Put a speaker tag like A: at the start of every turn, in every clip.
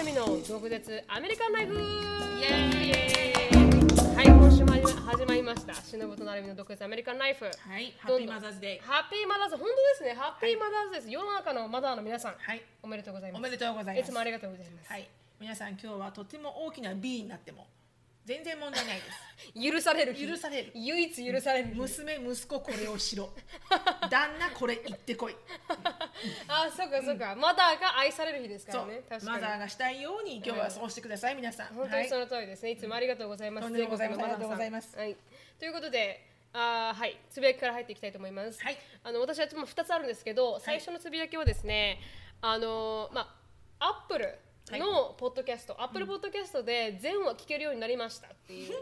A: 毒舌アメリカンライフイエーイはい今週も始ま始まりました忍となるみの毒舌アメリカンライフ
B: はい、ハ
A: ど
B: ッ
A: んどん
B: ピーマザーズデー。
A: ハッピーマダーズ本当ですねハッピーマダーズです世の中のマダーの皆さん
B: はい、
A: おめでとうございま
B: お
A: す
B: めでとうござい
A: い
B: ます。
A: つもありがとうございます
B: はい、皆さん今日はとても大きな B になっても全然問題ない です。
A: 許される日
B: 許される
A: 唯一許される日
B: 娘、息子これ をしろ。旦那これ言ってこい。
A: あそうかそうか、マダーが愛される日ですか
B: そ
A: ら
B: う
A: ね、確か
B: マ
A: に
B: ザーがしたいように今日はそうしてください、皆さん。
A: 本当
B: は
A: に
B: い
A: そ、の通りですね、いつもありがとうございます
B: とんでもございません
A: 全国のマダーさん
B: ありがとうございます
A: はい、ということであーはいつぶやきから入っていきたいと思います、
B: はい
A: あの私はもう2つあるんですけど最初のつぶやきはですね、あのーまあアップルのポッドキャスト、アップルポッドキャストで全話聞けるようになりましたっていう、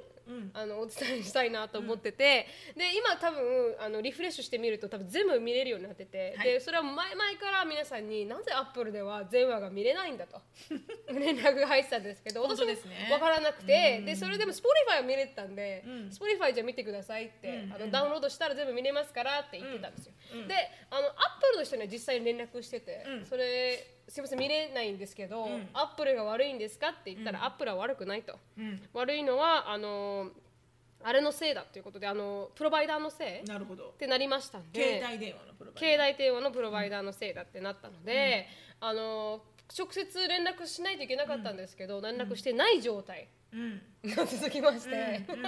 A: あのお伝えしたいなと思ってて、で今多分あのリフレッシュしてみると多分全部見れるようになってて、
B: はい
A: でそれは前々から皆さんになぜアップルでは全話が見れないんだ と連絡が入ってたんですけど
B: 本
A: 私
B: 当
A: も
B: ですね
A: 分からなくて、でそれでも Spotify は見れてたんで、
B: ん
A: Spotify じゃ見てくださいって、あのダウンロードしたら全部見れますからって言ってたんですよ、であのアップルの人には実際に連絡してて、
B: うん
A: それすいません見れないんですけど、
B: ん
A: アップルが悪いんですかって言ったら、アップルは悪くないと、
B: うん
A: 悪いのはあのあれのせいだということであのプロバイダーのせいっ
B: なるほど。
A: てなりましたんで
B: 携帯電話のプロバイ
A: 携帯電話のプロバイダーのせいだってなったので、あの直接連絡しないといけなかったんですけど、連絡してない状態
B: ダー。うん。
A: が続きまして、
B: うん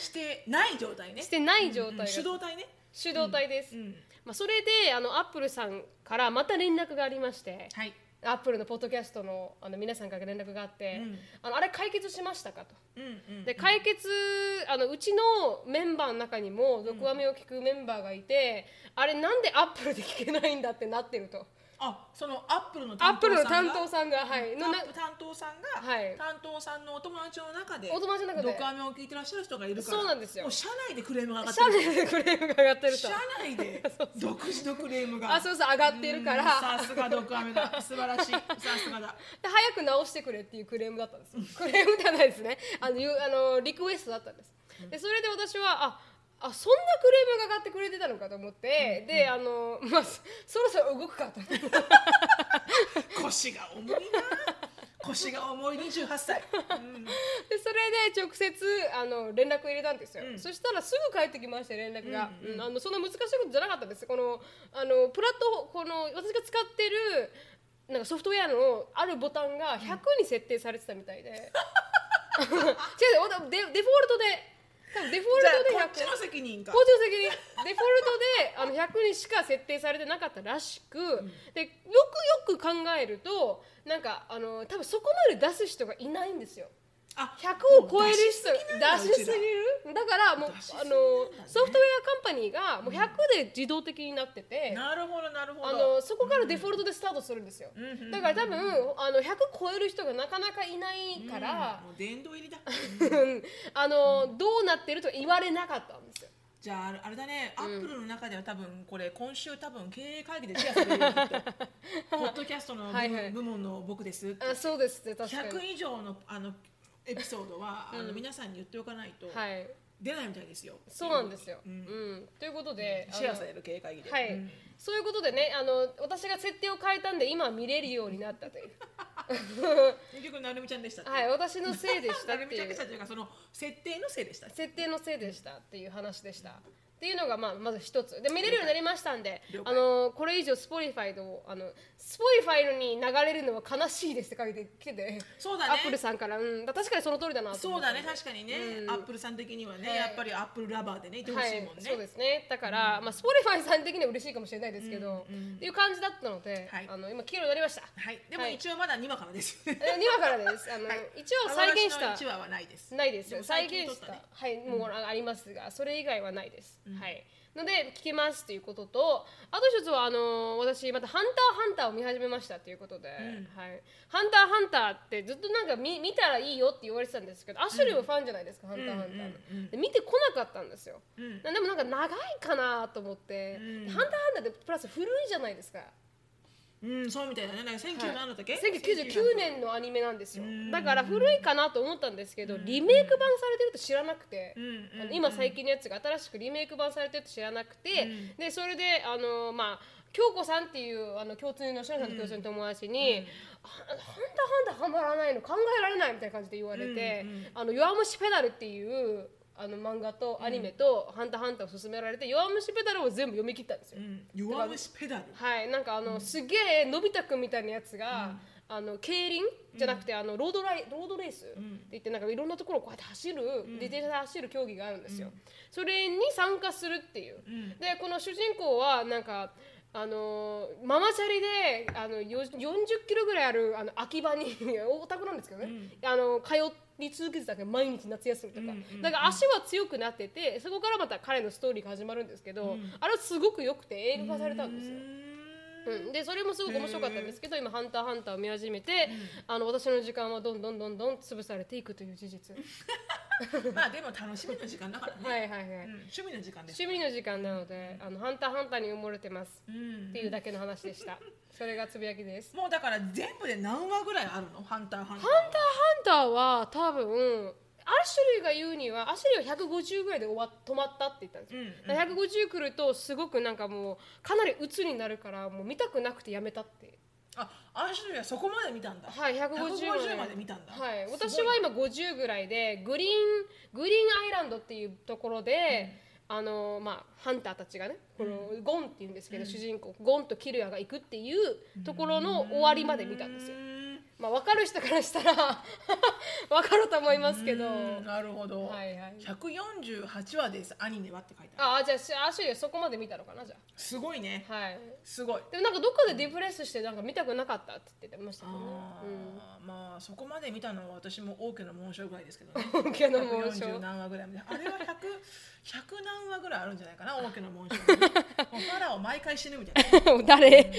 B: してない状態ね
A: し。てない状態が、
B: 主導体ね。
A: 手動体です、
B: うん。
A: まあ、それであのアップルさんからまた連絡がありまして、
B: はい。
A: アップルのポッドキャストのあの皆さんから連絡があって、
B: うん
A: あのあれ解決しましたかと。
B: うんうん。
A: で解決あのうちのメンバーの中にも「毒アメ」を聞くメンバーがいて、あれなんでアップルで聞けないんだってなってると
B: あ、そのアップルの
A: ア
B: 担
A: ッ
B: 当
A: プ
B: さ
A: ル
B: んが
A: の担当さんがはいの
B: 担
A: な
B: 担当さんが、
A: はい
B: 担当さんのお友達の中で
A: お友達の中で
B: 毒アメを聞いてらっしゃる人がいるから
A: そうなんですよ
B: もう社内でクレームが上がっ
A: 社
B: てる
A: 内でクレームが上がってると
B: 社 内で独自のクレームが
A: あそうそう上がってるから
B: うんさすが毒アメだ素晴らしいさすがだ
A: で早く直してくれっていうクレームだったんですよクレームではないですねあのゆあのリクエストだったんですでそれで私はああそんなクレームが上がってくれてたのかと思って、であの、まあ、そそろそろ動くかと思って
B: 腰が重いな腰が重い28歳、うん
A: でそれで直接あの連絡入れたんですよ、そしたらすぐ返ってきまして連絡が、うんあのそんな難しいことじゃなかったんですこのあのプラットフォーこの私が使ってるなんかソフトウェアのあるボタンが100に設定されてたみたいで、違うおだデデフォルトで多分デフ
B: じゃ
A: ォ
B: あ
A: ル
B: こっ
A: トで
B: ち
A: 100
B: の責任か
A: 校長責任デフォルトであの100にしか設定されてなかったらしく、でよくよく考えるとなんかあの多分そこまで出す人がいないんですよ。
B: あ
A: 100を超える
B: もう
A: 人出
B: 出し
A: し
B: す
A: す
B: ぎ
A: ぎ
B: なんだ
A: るだ
B: うち
A: からもう、
B: 出しすぎ
A: あ
B: なんだね
A: のソフトウェアカンパニーがもう100で自動的になってて、
B: らなるほどなるほ
A: あ
B: ど
A: のそこからデフォルトでスタートするんですよ、
B: んうんうん
A: だから多分あの100超える人がなかなかいないから
B: うん、もう殿堂入りだ
A: あのどうなってると言われなかったんですよ
B: じゃああれあれだね、アップルの中では多分これ今週多分経営会議でシェアされるよきっ とポッドキャストの部,、
A: はいはい
B: 部門の僕ですって
A: あそうですね確かに
B: 100以上のあのエピソードは、あの皆さんに言っておかないと
A: はい
B: 出ないみたいですよ、
A: そうなんですよ、う
B: うんん
A: ということで、あの
B: シェアされる経営会議で、
A: はい、
B: うん
A: そういうことでねあの私が設定を変えたんで今は見れるようになったという
B: 結局なるみちゃんでしたって
A: はい、私のせいでした
B: な
A: っ
B: る
A: て
B: みちゃん
A: いう
B: でしたというかその設定のせいでした
A: 設定のせいでしたっていう話でしたっていうのがまあまず一つで見れるようになりましたんで
B: 了
A: あ
B: 解
A: のこれ以上 Spotify のあの Spotify に流れるのは悲しいですって書いてきてて
B: そうだね
A: アップルさんから、うん、確かにその通りだなと
B: そ
A: 思っ
B: う
A: た
B: だ
A: んで
B: ね確かにね、
A: うん
B: アップルさん的にはね、
A: はい
B: やっぱりアップルラバーでねいてほしいも
A: は
B: ん
A: い、
B: ね、
A: そうですねだから、まあ、Spotify さん的には嬉しいかもしれないですけど、
B: うんうん
A: っていう感じだったので、
B: はい
A: あの今聞けるようになりま した、
B: はい、でも
A: はい
B: 一応まだ2話からですよね
A: え2話からですあの、一応再現した
B: 1話はないです
A: ないです
B: でも
A: 再
B: 最
A: 現
B: 近撮
A: し
B: ったたね
A: はいもうありますが、それ以外はないです、はいので聞けますということとあと一つはあのー私また「ハンターハンター」を見始めましたということで「はい、ハンターハンター」ってずっとなんか見見たらいいよって言われてたんですけどアシュリーもファンじゃないですか「ハンターハンターの」
B: うんうんうん
A: で見てこなかったんですよ、
B: うん
A: なでもなんか長いかなと思って「
B: うん
A: ハンターハンター」ってプラス古いじゃないですか
B: うんそうみたいだねなんか1900何だったっけ、
A: 1999年のアニメなんですよ
B: うん
A: だから古いかなと思ったんですけどリメイク版されてると知らなくて
B: うんうん
A: あの今最近のやつが新しくリメイク版されてると知らなくてでそれであのまあ京子さんっていうあの共通の篠原さんと共通の友達に、あなんだはんだはまらないの考えられないみたいな感じで言われて「
B: うんうん
A: あの弱虫ペダル」っていうあの漫画とアニメと「ハンターハンター」を勧められて「弱虫ペダル」を全部読み切ったんですよ。
B: うん、弱虫ペダル
A: はい、なんかあの、すげえのび太くんみたいなやつが、あの競輪じゃなくて、あのロードライロードレースって
B: ん
A: 言ってなんかいろんなところをこうやって走る、自転車で走る競技があるんですよ、それに参加するっていう、
B: ん
A: でこの主人公はなんかあのーママチャリであのよ40キロぐらいあるあの秋葉に オタクなんですけどね、あの通り続けてたけど毎日夏休みとか、
B: うんうん
A: だから足は強くなっててそこからまた彼のストーリーが始まるんですけど、あれはすごく良くて映画化されたんですよ
B: う。
A: うん、でそれもすごく面白かったんですけど今「ハンターハンター」を見始めて、あの私の時間はどんどんどんどん潰されていくという事実
B: ーんまあでも楽しみの時間だからね、
A: はいはいはい、
B: うん、趣味の時間です
A: 趣味の時間なので「あのハンターハンター」に埋もれてます
B: うん
A: っていうだけの話でしたそれがつぶやきです
B: もうだから全部で何話ぐらいあるのハンターハンター
A: ハンターハンターは多分アシュリーが言うにはアシュリーは150ぐらいで終わ止まったって言ったんですよ、
B: うん
A: だから150来るとすごくなんかもうかなり鬱になるからもう見たくなくてやめたって
B: あアシュリーはそこまで見たんだ
A: はい、150
B: 150まで見たんだ
A: はい、
B: すごい
A: 私は今50ぐらいでグリーングリーンアイランドっていうところで、あのまあハンターたちがねこのゴンっていうんですけど、主人公ゴンとキルヤが行くっていうところの終わりまで見たんですよ
B: う。ー
A: まあ分かる人からしたら 分かると思いますけど、
B: んなるほど、
A: はいはい
B: 148話ですアニメはって書いてある
A: ああじゃあしアシュリーはそこまで見たのかなじゃ
B: すごいね
A: あ。はい。
B: すごい
A: でもなんかどっかでディプレスしてなんか見たくなかったって言ってましたけどね。
B: あーまあそこまで見たのは私も王家の紋章ぐらいですけどね
A: うん。 本家の紋章。
B: 140何話ぐらいまであれは 100, 100何話ぐらいあるんじゃないかな王家の紋章、ね、もうファラオ毎回死ぬみたいな、
A: 誰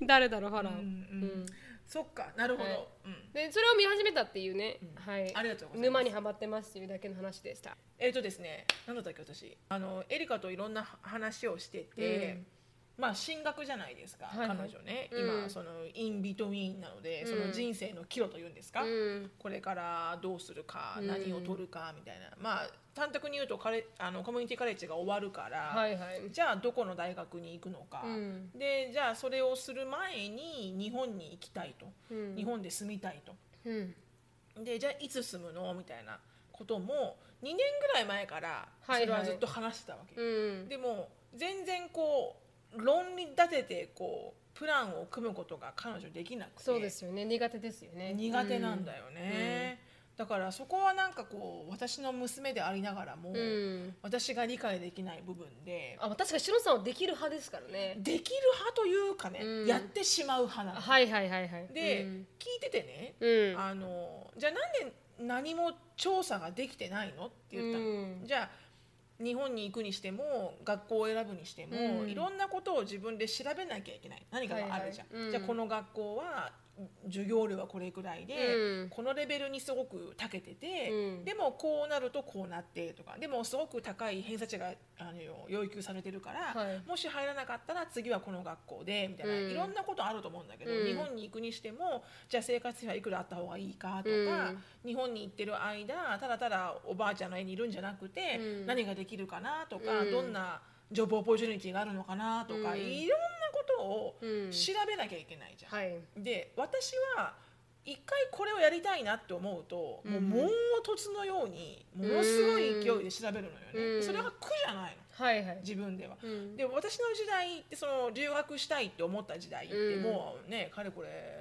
A: 誰だろうハラン、
B: うん
A: うん
B: そっかなるほど、
A: はい
B: うん、
A: でそれを見始めたっていうね、はい
B: ありがとうございます
A: 沼にはまってますっていうだけの話でした
B: えーとですね何だったっけ私あのエリカといろんな話をしてて、まあ進学じゃないですか、
A: はいはい
B: 彼女ね、
A: うん
B: 今そのインビトウィーンなので、その人生の岐路というんですか、
A: うん
B: これからどうするか、何を取るかみたいなまあ単独に言うとカレあのコミュニティカレッジが終わるから、
A: はいはい
B: じゃあどこの大学に行くのか、
A: うん
B: でじゃあそれをする前に日本に行きたいと、
A: うん
B: 日本で住みたいと
A: うん
B: でじゃあいつ住むのみたいなことも2年ぐらい前からそ
A: はい
B: れ
A: はい
B: はずっと話してたわけ、
A: うん
B: でも全然こう論理立ててこうプランを組むことが彼女できなくて
A: そうですよね苦手ですよね
B: 苦手なん
A: よ
B: だよね、だからそこはなんかこう私の娘でありながらも、
A: うん、うん
B: 私が理解できない部分で
A: あ確かにしのさんはできる派ですからね
B: できる派というかね、
A: うん
B: やってしまう派なの
A: はいはいはいはい
B: で、
A: うん
B: 聞いててね、
A: うん
B: あのじゃあなんで何も調査ができてないのって言ったの、
A: うん
B: じゃあ日本に行くにしても学校を選ぶにしても、
A: うん
B: いろんなことを自分で調べなきゃいけない何かがあるじゃん、
A: はいはいうん
B: じゃあこの学校は授業料はこれくらいで、
A: うん
B: このレベルにすごく長けてて、
A: うん
B: でもこうなるとこうなってとかでもすごく高い偏差値があの要求されてるから、
A: はい
B: もし入らなかったら次はこの学校でみたいな、
A: うん
B: いろんなことあると思うんだけど、
A: うん
B: 日本に行くにしてもじゃあ生活費はいくらあった方がいいかとか、
A: うん
B: 日本に行ってる間ただただおばあちゃんの家にいるんじゃなくて、
A: うん
B: 何ができるかなとか、
A: うん
B: どんなジョブオポチュニティがあるのかなとか、
A: うん
B: いろんなことを
A: うん
B: 調べなきゃいけないじゃん。
A: はい
B: で私は一回これをやりたいなって思うと、もう
A: うん
B: 門を突のようにものすごい勢いで調べるのよね、
A: うん
B: それが苦じゃないの
A: はいはい
B: 自分では。
A: うん
B: で私の時代ってその留学したいって思った時代って
A: うん
B: もうね、かれこれ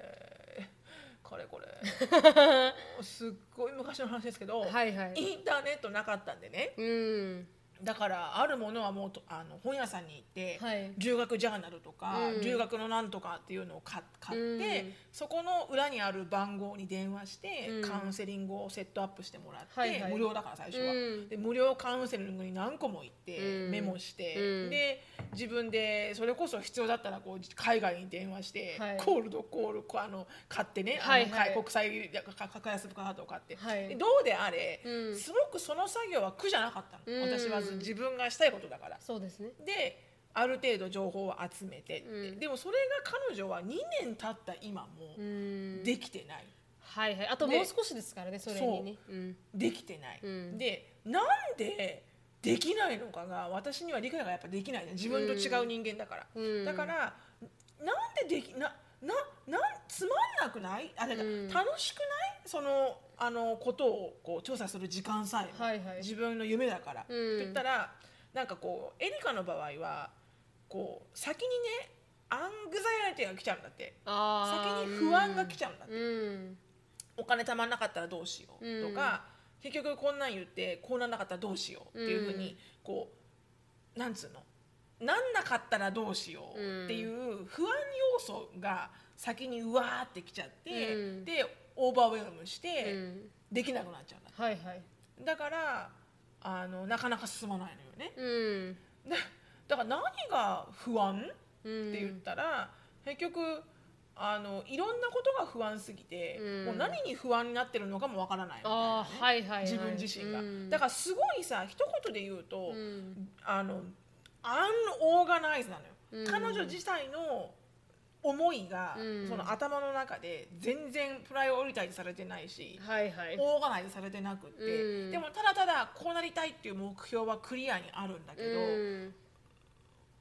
B: かれ これすっごい昔の話ですけど、
A: はいはい
B: インターネットなかったんでね
A: うん
B: だからあるものはもうとあの本屋さんに行って、
A: はい
B: 留学ジャーナルとか、
A: うん
B: 留学のなんとかっていうのを買買って、
A: うん
B: そこの裏にある番号に電話して、
A: うん
B: カウンセリングをセットアップしてもらって、
A: はいはい
B: 無料だから最初は、
A: うん
B: で無料カウンセリングに何個も行って、
A: うん
B: メモして、
A: うん
B: で自分でそれこそ必要だったらこう海外に電話して、
A: はい
B: コールドコールこうあの買ってね、
A: はい
B: あの
A: はい
B: か国際か格安カードを買って、
A: はい
B: でどうであれ、
A: うん
B: すごくその作業は苦じゃなかったの、
A: うん
B: 私は自分がしたいことだから。
A: そうですね
B: である程度情報を集めてって、
A: うん
B: でもそれが彼女は2年経った今
A: う
B: も
A: ん
B: できてない、
A: はいはいあと
B: で
A: もう少しですからねそれにねうん
B: できてない、
A: うん
B: でなんでできないのかな私には理解がやっぱできないね自分と違う人間だから、
A: うん
B: だからなんでできなななんつまんなくないあだから
A: うん
B: 楽しくないそのあのことをこう調査する時間さえも、
A: はいはい
B: 自分の夢だから、
A: うん
B: って言ったらなんかこうエリカの場合はこう先にねアングザイアティが来ちゃうんだって
A: あ
B: 先に不安が来ち
A: ゃ
B: ゃうんだって、
A: うん
B: お金たまんなかったらどうしようとか、結局こんなん言ってこうなんなかったらどうしようっていうふう
A: う
B: にこうなんつうのなんなかったらどうしようっていう不安要素が先にうわーってきちゃって、
A: うん
B: でオーバーウェルムし
A: う
B: て
A: ん
B: できなくなっちゃうんだって
A: はいはい
B: だからあのなかなか進まないのよね
A: うん
B: だだから何が不安
A: うん
B: って言ったら、結局あのいろんなことが不安すぎて、
A: うん
B: もう何に不安になってるのかもわからないみたいな
A: あーはいはいはい
B: 自分自身が、
A: うん
B: だからすごいさ一言で言うと、
A: うん
B: あのアンオーガナイズなのよ、
A: うん
B: 彼女自体の思いが、
A: うん
B: その頭の中で全然プライオリタイズされてないし、
A: はいはい
B: オーガナイズされてなくって、
A: うん
B: でもただただこうなりたいっていう目標はクリアにあるんだけど、
A: うん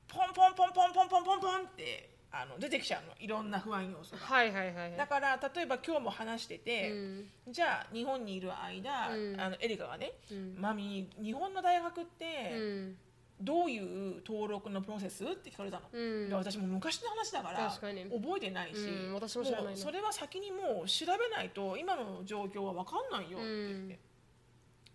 B: ポンポンポンポンポンポンポンポンってあの出てきちゃうのいろんな不安要素が、
A: はいはいはい
B: だから例えば今日も話してて、
A: うん
B: じゃあ日本にいる間、
A: うん
B: あのエリカがね、
A: うん
B: マミー日本の大学っ
A: う
B: て
A: ん
B: どういう登録のプロセスって聞かれたの、
A: うん
B: で私もう昔の話だから
A: 確か
B: 覚
A: に
B: えてないし、
A: うん私も知らないな
B: うそれは先にもう調べないと今の状況は分かんないよって言って、
A: うん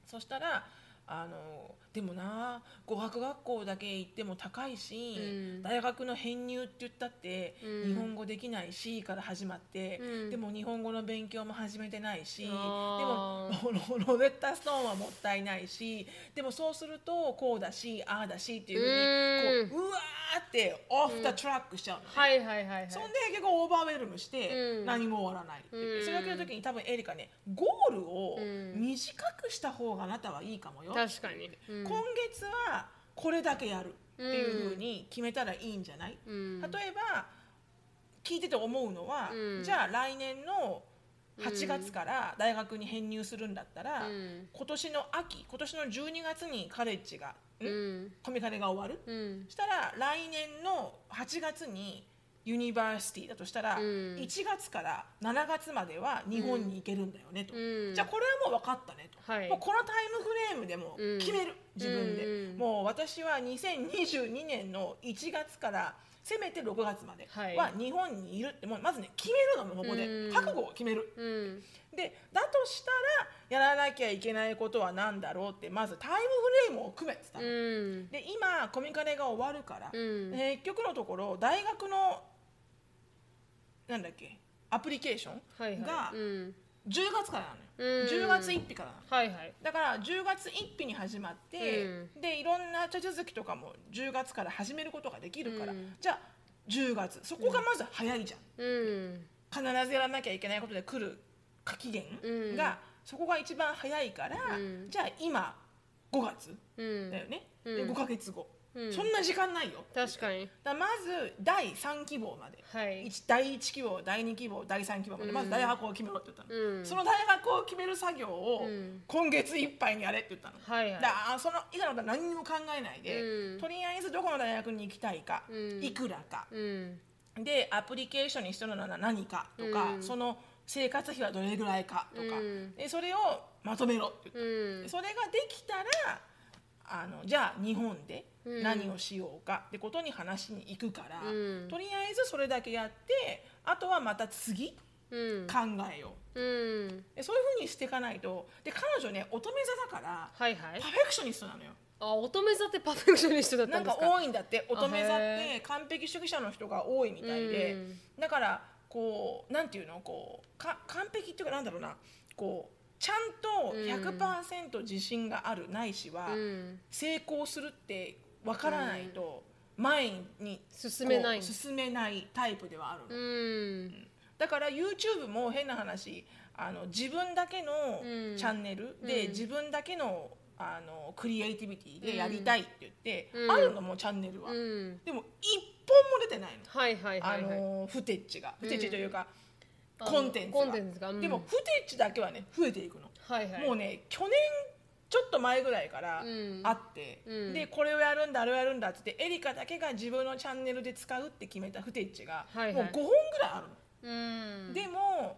B: そしたらあのでもな語学学校だけ行っても高いし、
A: うん
B: 大学の編入って言ったって、
A: うん
B: 日本語できないしから始まって、
A: うん
B: でも日本語の勉強も始めてないしで
A: あ
B: もロロゼッタ・ストーンはもったいないしでもそうするとこうだしああだしっていうふうにこううわーってオフ・ザ・トラックしちゃうのね、
A: はいはいはいはい
B: そんで結構オーバーウェルムし
A: う
B: て
A: ん
B: 何も終わらないって言って、
A: うん
B: それを聞いた時に多分エリカねゴールを
A: うん
B: 短くした方があなたはいいかもよ、
A: 確かにうん
B: 今月はこれだけやるっていうふうに決めたらいいんじゃない、
A: うん
B: 例えば聞いてて思うのは、
A: うん
B: じゃあ来年の8月から大学に編入するんだったら、
A: うん
B: 今年の秋今年の12月にカレッジが、ん
A: うん
B: コミカレが終わる、
A: うん
B: そしたら来年の8月にユニバーシティだとしたら、
A: うん
B: 1月から7月までは日本に行けるんだよねと、
A: うん
B: じゃあこれはもう分かったねと、
A: はい
B: もうこのタイムフレームでも
A: うん
B: う決める、自分で、
A: うんうん
B: もう私は2022年の1月からせめて6月まで
A: はい
B: は日本にいるってもうまずね決めるのもここで、
A: うん
B: 覚悟を決める
A: うん
B: でだとしたらやらなきゃいけないことは何だろうってまずタイムフレームを組めって言ったの
A: うん
B: で今コミカレが終わるから、
A: うん
B: 結局のところ大学のなんだっけアプリケーショ
A: はいはい
B: ンが
A: うん
B: 10月からなのよ、
A: うん
B: 10月1日からなの
A: はいはい
B: だから10月1日に始まって、
A: う
B: でいろんな手続きとかも10月から始めることができるから、
A: うん
B: じゃあ10月そこがまず早いじゃん、
A: うん
B: 必ずやらなきゃいけないことで来る期限が、そこが一番早いから、
A: うん
B: じゃあ今5月
A: うん
B: だよね、
A: うん
B: で5ヶ月後、
A: うん
B: そんな時間ないよ
A: 確かに
B: だからまず第3希望まで、
A: はい
B: 一第1希望第2希望第3希望までまず大学を決めろって言ったの、
A: うん
B: その大学を決める作業を
A: うん
B: 今月いっぱいにやれって言ったの、
A: はいはい
B: だからその以外のことは何にも考えないで、
A: うん
B: とりあえずどこの大学に行きたいか、
A: うん
B: いくらか、
A: うん
B: でアプリケーションに必要なのは何かとか、
A: うん
B: その生活費はどれぐらいかとか、
A: うん
B: でそれをまとめろって言ったの
A: うん
B: それができたらあのじゃあ日本で
A: うん
B: 何をしようかってことに話しに行くから、
A: うん
B: とりあえずそれだけやってあとはまた次
A: うん
B: 考えよ
A: うん
B: うでそういうふうにしていかないとで彼女ね乙女座だから
A: はいは
B: パ
A: い
B: ーフェクショニストなのよ
A: あ乙女座ってパーフェクショニストだった
B: なんん
A: です
B: か
A: か
B: 多いんだって
A: あ
B: 乙女座っ
A: へ
B: て完璧主義者の人が多いみたいで、
A: うん
B: だからこうなんていうのこうか完璧っていうかなんだろうなこうちゃんと100%自信があるないしは、
A: うん
B: 成功するってわからないと前に
A: 進めない
B: こう進めないタイプではある
A: う
B: の、
A: ん
B: だから YouTube も変な話あの自分だけの
A: うん
B: チャンネルで、
A: うん
B: 自分だけのあのクリエイティビティでやりたいって言って、
A: うん
B: あるのもうチャンネルは、
A: うん
B: でも一本も出てないの、
A: はいはいはいはい
B: あのフテッチがフテッチというか、
A: あの
B: コンテンツが
A: コンテンツがうん
B: でもフテッチだけはね増えていくの、
A: はいはい
B: もうね去年ちちょっと前ぐらいから
A: うん
B: あって、
A: うん
B: でこれをやるんだあれをやるんだって言ってエリカだけが自分のチャンネルで使うって決めたフテッチが、
A: はいはい
B: もう5本ぐらいあるの。
A: うん
B: でも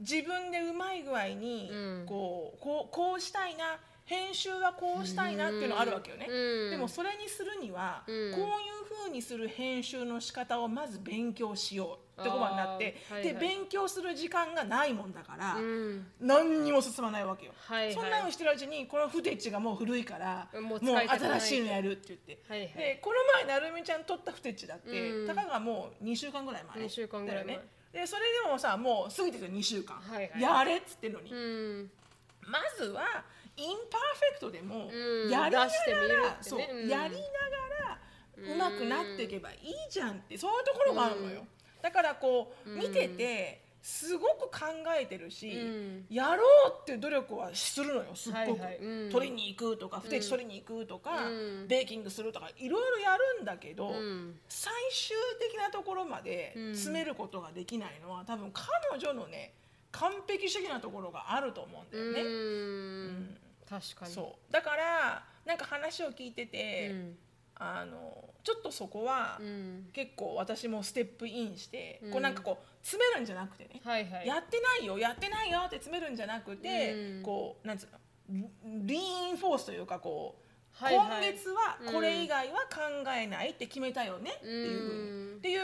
B: 自分でうまい具合に、
A: うん
B: こうこうこうしたいな編集はこうしたいなっていうのあるわけよね、
A: うん
B: でもそれにするには、
A: うん
B: こういう風にする編集の仕方をまず勉強しようってことになって、
A: あーはいはい
B: で勉強する時間がないもんだから、
A: うん
B: 何にも進まないわけよ、
A: はいはい
B: そんなのしてるうちにこのフテッチがもう古いから
A: もう使
B: もう
A: いたくない
B: 新しいのやるって言って、
A: はいはい
B: でこの前なるみちゃん撮ったフテッチだって、
A: うん
B: たかがもう2週間ぐらい前
A: 二週間ぐらい前
B: だよねでそれでもさもう過ぎてる2週間、
A: はいはい
B: やれっつってんのに、
A: うん
B: まずはインパーフェクトでも
A: うん
B: やりながら、
A: 出してみるってね
B: そう
A: うん
B: やりながらうまくなっていけばいいじゃんってそういうところがあるのよ、だからこう見ててすごく考えてるし、
A: うん
B: やろうっていう努力はするのよすっごく、
A: はいはいうん
B: 取りに行くとか不適取りに行くとか、
A: うん
B: ベーキングするとかいろいろやるんだけど、
A: うん
B: 最終的なところまで
A: うん
B: 詰めることができないのは多分彼女のね完璧主義なところがあると思うんだよね。
A: うん確かに
B: そうだからなんか話を聞いてて、
A: うん
B: あのちょっとそこは、
A: うん
B: 結構私もステップインして、
A: うん
B: こうなんかこう詰めるんじゃなくてね、
A: はいはい
B: やってないよやってないよって詰めるんじゃなくて、
A: うん
B: こうなんつうのリリーンフォースというかこう。
A: はいはい
B: 今月はこれ以外は考えないって決めたよねっていうふう
A: うん
B: にっていう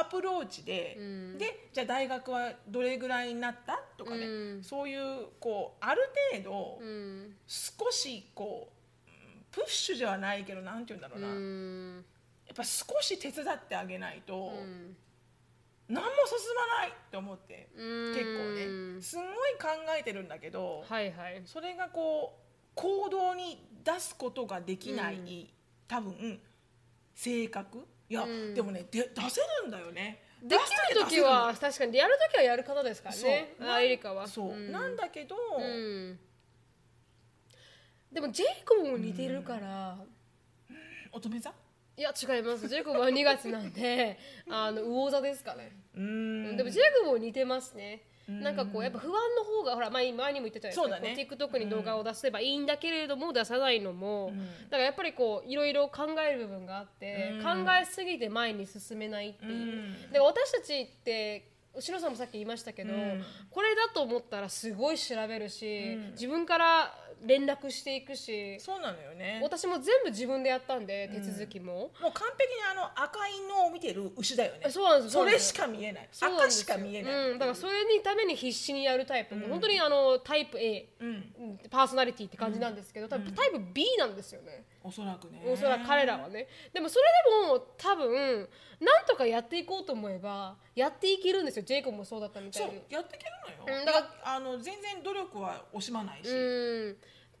B: アプローチで、
A: うん
B: でじゃあ大学はどれぐらいになったとかね、
A: うん
B: そういうこうある程度、
A: うん
B: 少しこううんプッシュじゃないけどなんて言うんだろう
A: う
B: な、や
A: ん
B: っぱ少し手伝ってあげないと、
A: うん
B: 何も進まないって思って、結構ねすんごい考えてるんだけど、
A: はいはい
B: それがこう行動に出すことができない、多分性格いや、
A: うん
B: でもねで出せるんだよね。
A: できる
B: 出せ
A: 時
B: 出せ
A: は確かにやる時はやる方ですからね
B: そう
A: あエリカは
B: そう、
A: うん
B: なんだけど、
A: うんでもジェイコブも似てるから
B: 乙女座
A: いや違いますジェイコブは2月なん であの魚座ですかね
B: うん
A: でもジェイコブも似てますねなんかこうやっぱ不安の方がほら前前にも言ってたじゃないですか
B: そ
A: こう TikTok に動画を出せばいいんだけれども出さないのも、だからやっぱりこういろいろ考える部分があって、
B: うん
A: 考えすぎて前に進めないっていう、
B: うん
A: だから私たちって後ろさんもさっき言いましたけど、
B: うん
A: これだと思ったらすごい調べるし、
B: うん
A: 自分から連絡していくし
B: そうなのよね。
A: 私も全部自分でやったんで手続きも、
B: もう完璧にあの赤いのを見てる牛だよね
A: そうなんです
B: そ
A: そうなん
B: れ
A: です
B: しか見えない
A: そうなんで
B: 赤
A: す
B: し
A: よ
B: か見えない、
A: うん、だからそれにために必死にやるタイプ、もう本当にあのタイプ A
B: うん
A: パーソナリティって感じなんですけど、多分タイプ B なんですよね、
B: おそらくね
A: おそらく彼らはねでもそれでも多分なんとかやっていこうと思えばやっていけるんですよジェイコブもそうだったみた
B: そう
A: いに
B: やっていけるのよ、
A: うんだから
B: あの全然努力は惜しまないし、
A: うん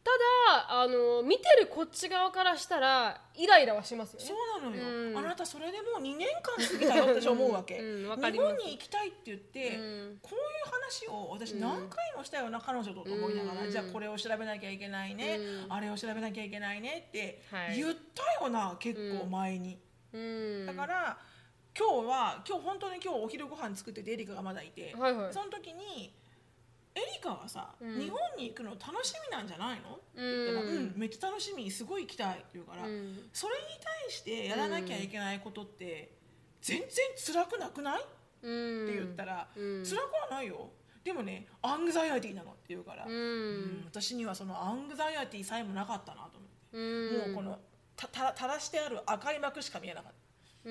A: ただあの見てるこっち側からしたらイライラはしますよね
B: そうなのよ、
A: うん
B: あなたそれでもう2年間過ぎたよ私は思うわけ、
A: うんわか
B: 日
A: ります
B: 本に行きたいって言って、
A: うん
B: こういう話を私何回もしたよな、彼女とと思いながら、
A: うん
B: じゃあこれを調べなきゃいけないね、
A: う
B: あれを調べなきゃいけないねって
A: はい
B: 言ったよな、結構前に。
A: うん
B: だから今日は今日本当に今日お昼ご飯作っててエリカがまだいて、
A: はいはい
B: その時にエリカはさ、
A: ん
B: 日本に行くの楽しみなんじゃないの?」って言ったら
A: う
B: 「うんん、めっちゃ楽しみすごい行きたい」って言うから、
A: うん
B: それに対してやらなきゃいけないことって全然辛くなくないって
A: うん
B: 言ったら「
A: うん
B: 辛くはないよでもねアンザイアティなの」って言うから、
A: う
B: うん
A: ん
B: 私にはそのアンザイアティさえもなかったなと思って、
A: うん
B: もうこのたた垂らしてある赤い幕しか見えなかった。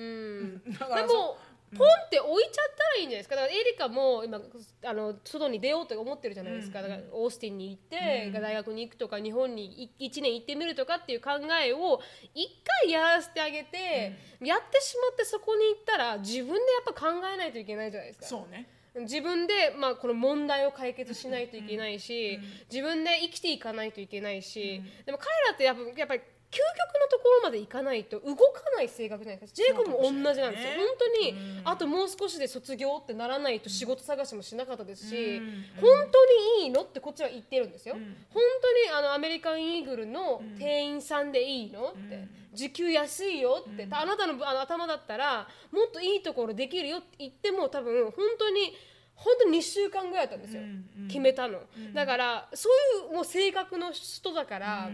A: うん
B: だ
A: で
B: から
A: も、ポンって置いちゃったらいいんじゃないですかだからエリカも今あの外に出ようと思ってるじゃないですか,、だからオースティンに行って、大学に行くとか日本に1年行ってみるとかっていう考えを一回やらせてあげて、やってしまってそこに行ったら自分でやっぱ考えないといけないじゃないですか。
B: そうね
A: 自分で、まあ、この問題を解決しないといけないし、自分で生きていかないといけないし、でも彼らってやっぱやっぱり究極のところまでいかないと動かない性格じゃないですかジェイコブも同じなんですよ、
B: そうかもしれないね
A: 本当に、あともう少しで卒業ってならないと仕事探しもしなかったですし、
B: うんうん
A: 本当にいいのってこっちは言ってるんですよ、
B: ん
A: 本当にあのアメリカンイーグルの店員さんでいいのって、時給安いよって、あなたのあの頭だったらもっといいところできるよって言っても多分本当に本当に2週間ぐらいだったんですよ、
B: うんうん
A: 決めたの、だからそういうもう性格の人だから、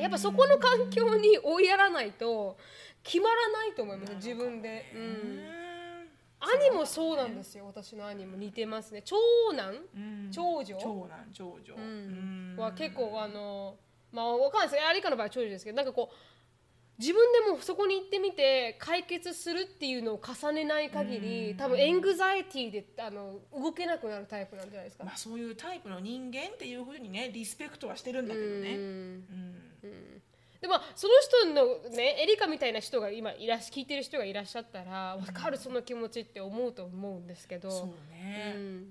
A: やっぱそこの環境に追いやらないと決まらないと思います自分で、う、
B: うんん
A: 兄もそうなんですよ私の兄も似てますね長男、
B: うん
A: 長女
B: 長男長女
A: うんは結構あのまあわかんないですアリカの場合は長女ですけどなんかこう自分でもそこに行ってみて解決するっていうのを重ねない限り多分エングザイティであの動けなくなるタイプなんじゃないですか、
B: まあそういうタイプの人間っていうふうにねリスペクトはしてるんだけど
A: う
B: ね
A: ん
B: うん
A: でもその人のねエリカみたいな人が今いらし聞いてる人がいらっしゃったら分かるその気持ちって思うと思うんですけど、
B: そう
A: う
B: ね
A: ん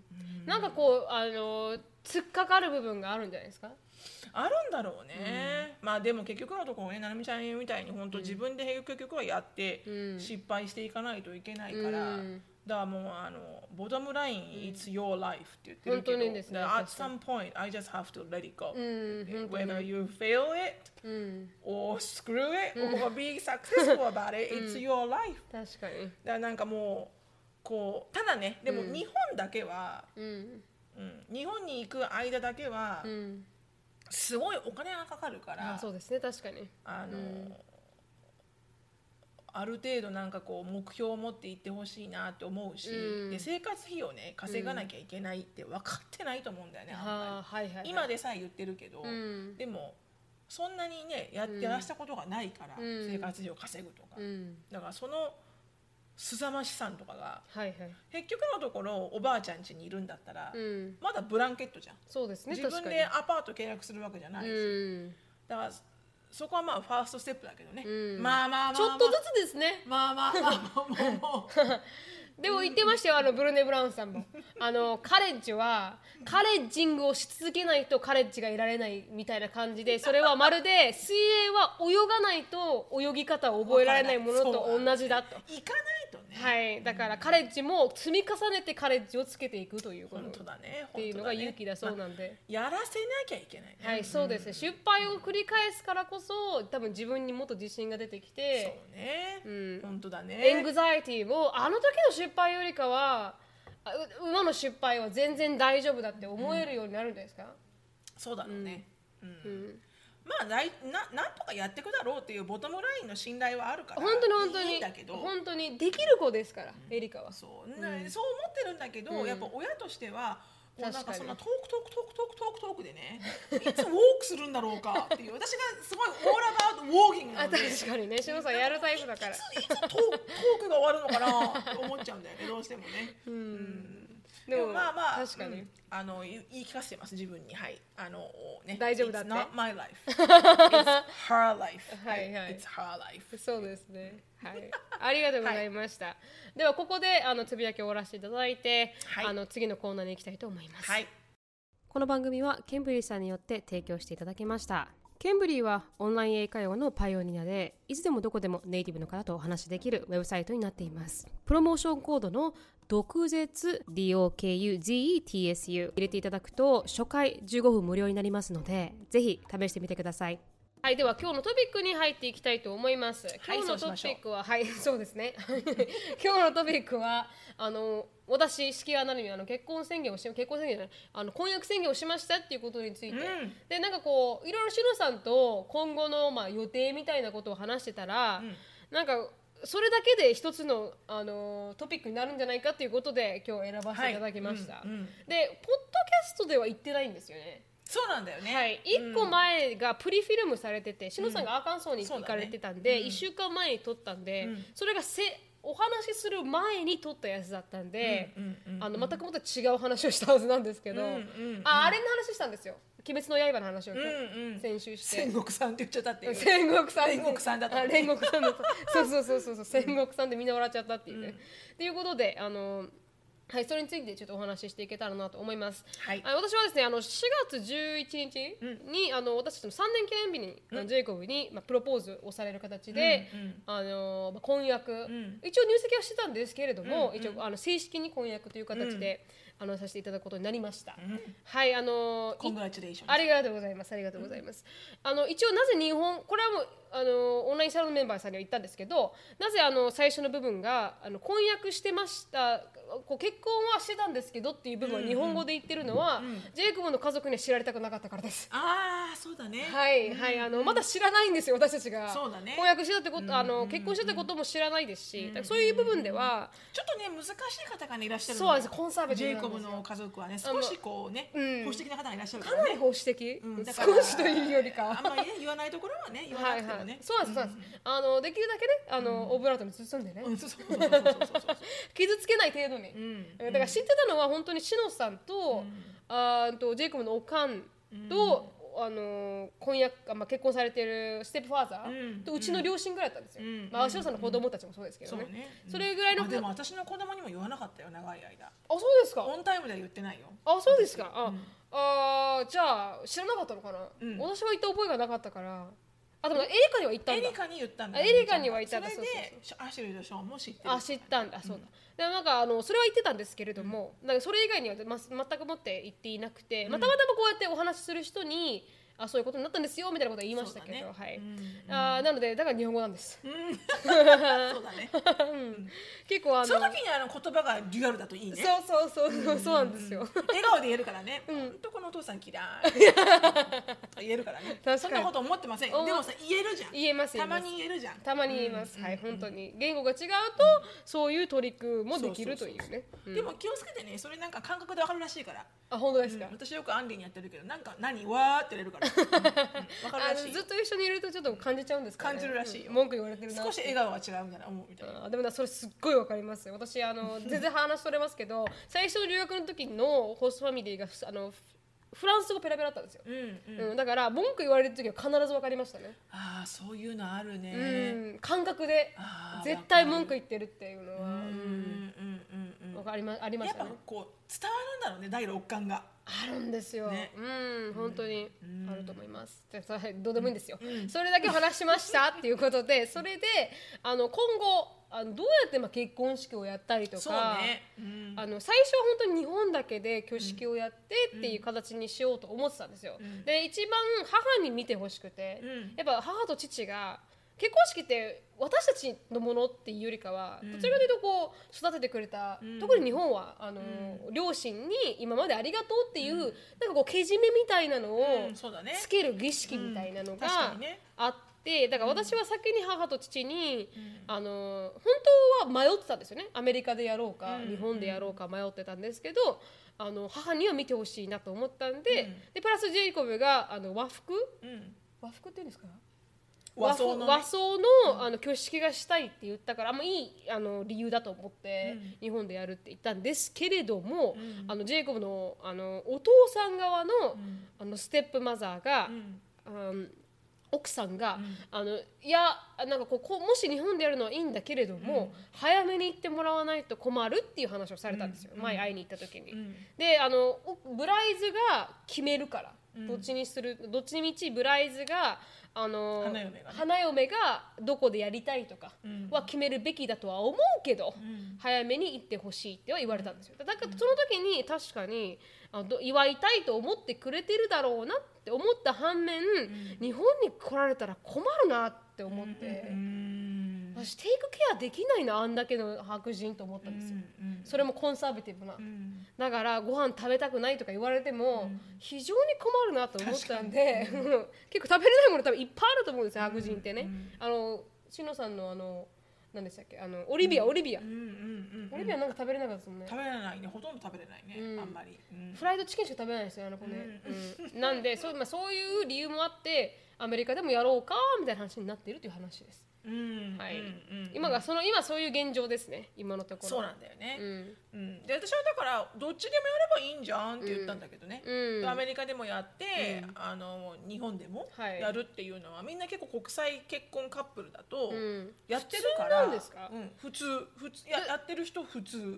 A: なんかこうあの突っかかる部分があるんじゃないですか
B: あるんだろうねまあでも結局のところねななみちゃんみたいに本当自分で結局はやって
A: うん
B: 失敗していかないといけないから
A: うん
B: だからもうあのボトムライン「It's your life」って言って
A: 本当に
B: る
A: です
B: け
A: ね
B: どだから At
A: 確か
B: some point I just have to let it go
A: うん本当に
B: whether you fail it
A: うん、
B: or screw it or be successful about it it's your life
A: 確かに
B: だからなんかもうこうただねでも日本だけは、
A: うん
B: うん日本に行く間だけは
A: うん
B: すごいお金がかかるから、
A: あそうですね確かに
B: あの、ある程度なんかこう目標を持って行ってほしいなって思うし、
A: うん
B: で生活費をね稼がなきゃいけないって分かってないと思うんだよね、あん
A: は
B: ま
A: あはいはい、はい、
B: り今でさえ言ってるけど、
A: うん
B: でもそんなにねやってらしたことがないから、
A: うん
B: 生活費を稼ぐとか、
A: うん
B: だからそのすさましさんとかが
A: はいはい
B: 結局のところおばあちゃん家にいるんだったら、
A: うん
B: まだブランケットじゃん、
A: そうですね
B: 自分でアパート契約するわけじゃない
A: 確か
B: し、
A: にうん
B: だからそこはまあファーストステップだけどね、
A: うん
B: まあまあまあまあ
A: ちょっとずつですね
B: まあまあまあまあもうもう
A: でも言ってましたよあのブルネ・ブラウンさ んもあのカレッジはカレッジングをし続けないとカレッジがいられないみたいな感じでそれはまるで水泳は泳がないと泳ぎ方を覚えられないものと同じだと
B: 行かないとね、
A: はいだからカレッジも積み重ねてカレッジをつけていくというこ
B: 本当
A: とっ
B: だね
A: ていうのが勇気だそう
B: まあ
A: なんで、
B: やらせなきゃいけないね、
A: はい、そうですね。失敗を繰り返すからこそ、多分自分にもっと自信が出てきて、
B: そうね、
A: うん
B: 本当だね
A: エングザイティもあの時の失敗よりかは、あう馬の失敗は全然大丈夫だって思えるようになるんじゃないですか。
B: そうだろうね、うん
A: ん
B: まあないななんとかやってくだろうっていうボトムラインの信頼はあるから
A: 本当に本当に
B: いいんだけど
A: 本当にできる子ですから、エリカは。
B: そう,、なそう思ってるんだけど、やっぱ親としてはもうなん
A: 確か
B: か
A: に
B: そんなトークトークトークトークトークトークでねいつウォークするんだろうかっていう私がすごいオーラバードウォーキングな
A: あ、
B: ので
A: 確かにね、しのさんやるタイプだから。
B: いつトートークが終わるのかなって思っちゃうんだよねどうしてもね、うん
A: で
B: で
A: も
B: もまあまあ
A: 確かに
B: うんあの言い言い聞かせてます自分にはいあのね
A: 大丈夫だって
B: It's not my life It's her life
A: はいはい
B: It's her life
A: そうですね。はい、ありがとうございました。ではここであのつぶやきを終わらせていただいて、
B: はい
A: あの次のコーナーに行きたいと思います。
B: はい
A: この番組はケンブリーさんによって提供していただきましたケンブリーはオンライン英会話のパイオニアでいつでもどこでもネイティブの方とお話しできるウェブサイトになっていますプロモーションコードの毒舌 DOKUZETSU 入れていただくと初回15分無料になりますのでぜひ試してみてくださいはいでは今日のトピックに入っていきたいと思います
B: は
A: 今
B: い
A: 日のト
B: そうし
A: ピ
B: ましょう
A: ックははい そうですね今日のトピックはあの私式アナルミあの結婚宣言をし結婚宣言じゃないあの婚約宣言をしましたっていうことについて、
B: ん
A: でなんかこういろいろしのさんと今後のまあ予定みたいなことを話してたら、なんかそれだけで一つのあのトピックになるんじゃないかということで今日選ばせていただきました、
B: はいうんうん
A: でポッドキャストでは言ってないんですよね
B: そうなんだよね、
A: はい、1個前がプリフィルムされてて、しのさんがアーカンソーに
B: そうだ
A: 行
B: ね
A: かれてたんで、1週間前に撮ったんで、それがせお話しする前に撮ったやつだったんで、あの全くもって違う話をしたはずなんですけど、ああれの話したんですよ「鬼滅の刃」の話を今日、
B: うんうん
A: 先週して
B: 戦。国さんって言っちゃったっていう
A: 戦国さん
B: 煉獄さんだった
A: あ煉獄さんだったそうそうそうそうそう戦国さんでみんな笑っちゃったっていうね、っていうことであのはいそれについてちょっとお話ししていけたらなと思います、
B: はい
A: あ私はですねあの4月11日に、あの私たちの3年記念日に、あのジェイコブに、まあ、プロポーズをされる形で、あのまあ、婚約、一応入籍はしてたんですけれども、一応あの正式に婚約という形で、あのさせていただくことになりました、はいあの
B: コングラチュレーション
A: ありがとうございます。ありがとうございます。あの一応なぜ日本これはもうあのオンラインサロンのメンバーさんには言ったんですけど、なぜあの最初の部分があの婚約してました、こう結婚はしてたんですけどっていう部分を日本語で言ってるのは、ジェイコブの家族には知られたくなかったからです。
B: ああそうだね
A: はいはいあのまだ知らないんですよ私たちが
B: そうだね
A: 婚約してたってことあの結婚してたことも知らないですしだからそういう部分では
B: ちょっとね難しい方がねいらっしゃるの
A: そうなんですコンサバテ
B: ジ
A: ィ
B: ェイ
A: ブな
B: コ
A: んで
B: ブ
A: すよ
B: の家族はね少しこうね
A: うん
B: 保守的な方がいらっしゃるか
A: からな
B: ね
A: り保守的
B: うんだから
A: 少しというよりかは
B: あんまりね言わないところはね言わなくてもね
A: そうなんです、そうなんです。あのできるだけね、あの、オブラートに包んでね、
B: うんそうそうそうそうそうそう
A: 傷つけない程度に。
B: ん
A: だから知ってたのは本当にシノさんと、あーとジェイコブのおかんと、あの婚約あまあ結婚されてるステップファーザー、
B: うん
A: とうちの両親ぐらいだったんですよ。
B: うん
A: まあシノさんの子供たちもそうですけど
B: そう
A: ね。
B: ね
A: それぐらいの
B: あでも私の子供にも言わなかったよ長い間
A: あそうですか。
B: オンタイムでは言ってないよ
A: あそうですか。あ、あーじゃあ知らなかったのかな。
B: うん
A: 私は行った覚えがなかったから。あでもエリカには行ったん
B: エ
A: だ
B: リ。カに言ったんだ
A: あエリカには言ったんだ
B: それで
A: そうそう
B: アシュリーとショーンも知ってる
A: あ知ったんだそうだ、でもなんかあのそれは言ってたんですけれども、なんかそれ以外にはま全くもって言っていなくて、まあたまたまこうやってお話しする人にあそういうことになったんですよみたいなことは言いましたけど、
B: そうだね
A: はい、
B: うん
A: あーなのでだから日本語なんです、
B: そうだね
A: 結構あの
B: その時にあの言葉がデュアルだといいね
A: そうそうそうそうそうなんですよ、
B: 笑顔で言えるからね、ほんとこのお父さん嫌い言えるからね
A: 確かに
B: そんなこと思ってません
A: 思っ
B: でもさ言えるじゃん
A: 言えます
B: たま
A: 言えます
B: に言えるじゃん
A: たまに言います、はい本当に言語が違うと、そういうトリックもできるというねうん
B: でも気をつけてねそれなんか感覚でわかるらしいから、
A: あ本当ですか、
B: 私よくアンディにやってるけどなんか何わーって言え るから、うんうんわかる
A: あ
B: ら
A: の
B: しい
A: ずっと一緒にいるとちょっと感じちゃうんですか、ね、
B: 感じるらしい
A: う
B: よ
A: ん文句言われてるな
B: 少し笑顔は違うみたいな思うみたいな
A: あーでもなそれすっごいわかります私あ の全然話それますけど最初の留学の時のホストファミリーがふあのフフランス語ペラペラだったんですよ、
B: うんうん
A: うんだから文句言われる時は必ずわかりましたね、
B: ああそういうのあるね、
A: うん感覚で
B: あー
A: 絶対文句言ってるっていうのは
B: うんうんうんうん
A: わかりまありま
B: や
A: し
B: ったぱ
A: ね
B: こう伝わるんだろうね第六感が
A: あるんですよ、
B: ね
A: うん本当にあると思います、でそれどうでもいいんですよ、それだけお話ししましたっていうことでそれであの今後あのどうやってまあ結婚式をやったりとか
B: そうね、うん
A: あの最初は本当に日本だけで挙式をやってっていう形にしようと思ってたんですよ、で一番母に見てほしくて、
B: うん
A: やっぱ母と父が結婚式って私たちのものっていうよりかは、どちらかというとこう育ててくれた、特に日本はあの、両親に今までありがとうっていう、なんかこうけじめみたいなのを
B: うんそうだね
A: つける儀式みたいなのが
B: うん確かにね
A: あってだから私は先に母と父に、あの本当は迷ってたんですよねアメリカでやろうか、日本でやろうか迷ってたんですけどあの母には見てほしいなと思ったんで,、でプラスジェイコブがあの和服
B: うん、
A: 和服っていうんですか
B: 和装の、ね、
A: 和装のあの挙式がしたいって言ったからあんまいいあの理由だと思って、日本でやるって言ったんですけれども、あのジェイコブのあのお父さん側の,、あのステップマザーが、うん奥さんが、あのいやなんかこうこうもし日本でやるのはいいんだけれども、早めに行ってもらわないと困るっていう話をされたんですよ、前会いに行った時に。であのおブライズが決めるから、どっちにするどっちにみちブライズがあの
B: 花嫁がね
A: 花嫁がどこでやりたいとかは決めるべきだとは思うけど、早めに行ってほしいっては言われたんですよだからその時に確かにあど祝いたいと思ってくれてるだろうなって思った反面、日本に来られたら困るなって思って。
B: うん
A: 私テイクケアできないなあんだけの白人と思ったんですよ、
B: うん
A: それもコンサーベティブな、
B: うん
A: だからご飯食べたくないとか言われても非常に困るなと思ったんで 結構食べれないもの多分いっぱいあると思うんですよ白人ってね。あのしのさんのあの何でしたっけあのオリビアオリビア
B: うんうん
A: オリビアなんか食べれなかったですもんね。
B: 食べれないねほとんど食べれないね、
A: うん
B: あんまり、うん
A: フライドチキンしか食べないんですよあの子ね。うんなんでそうまあそういう理由もあってアメリカでもやろうかみたいな話になっているという話です。
B: うん
A: はい
B: うんうん
A: 今がその今そういう現状ですね今のところ。
B: そうなんだよね、
A: うん
B: うんで私はだからどっちでもやればいいんじゃんって言ったんだけどね、
A: うん
B: アメリカでもやって、あの日本でも
A: はい
B: やるっていうのは、みんな結構国際結婚カップルだと
A: ん
B: やってるから、
A: 普通なんですか
B: うん普通普通ややってる人普通
A: どんな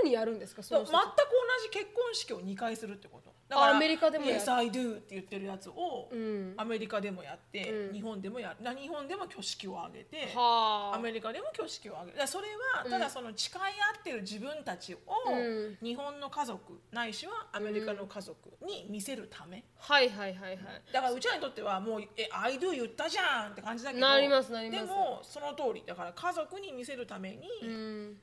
A: 風にやるんですかそ
B: そう
A: の
B: 全く
A: 人
B: 同
A: たち
B: じ結婚式を2回するってこと
A: あアメリカでもやる
B: Yes I do って言ってるやつを、
A: ん
B: アメリカでもやって、
A: うん
B: 日本でもやな日本でも挙式を挙げて、
A: はあ
B: アメリカでも挙式を挙げるだからそれはただその誓い合ってる自分たちを、
A: うん
B: 日本の家族ないしはアメリカの家族に見せるため、
A: はいはいはいはい。
B: だからうちらにとってはもう「え I do 言ったじゃん」って感じだけど
A: なりますなります
B: でもその通りだから家族に見せるために、
A: うん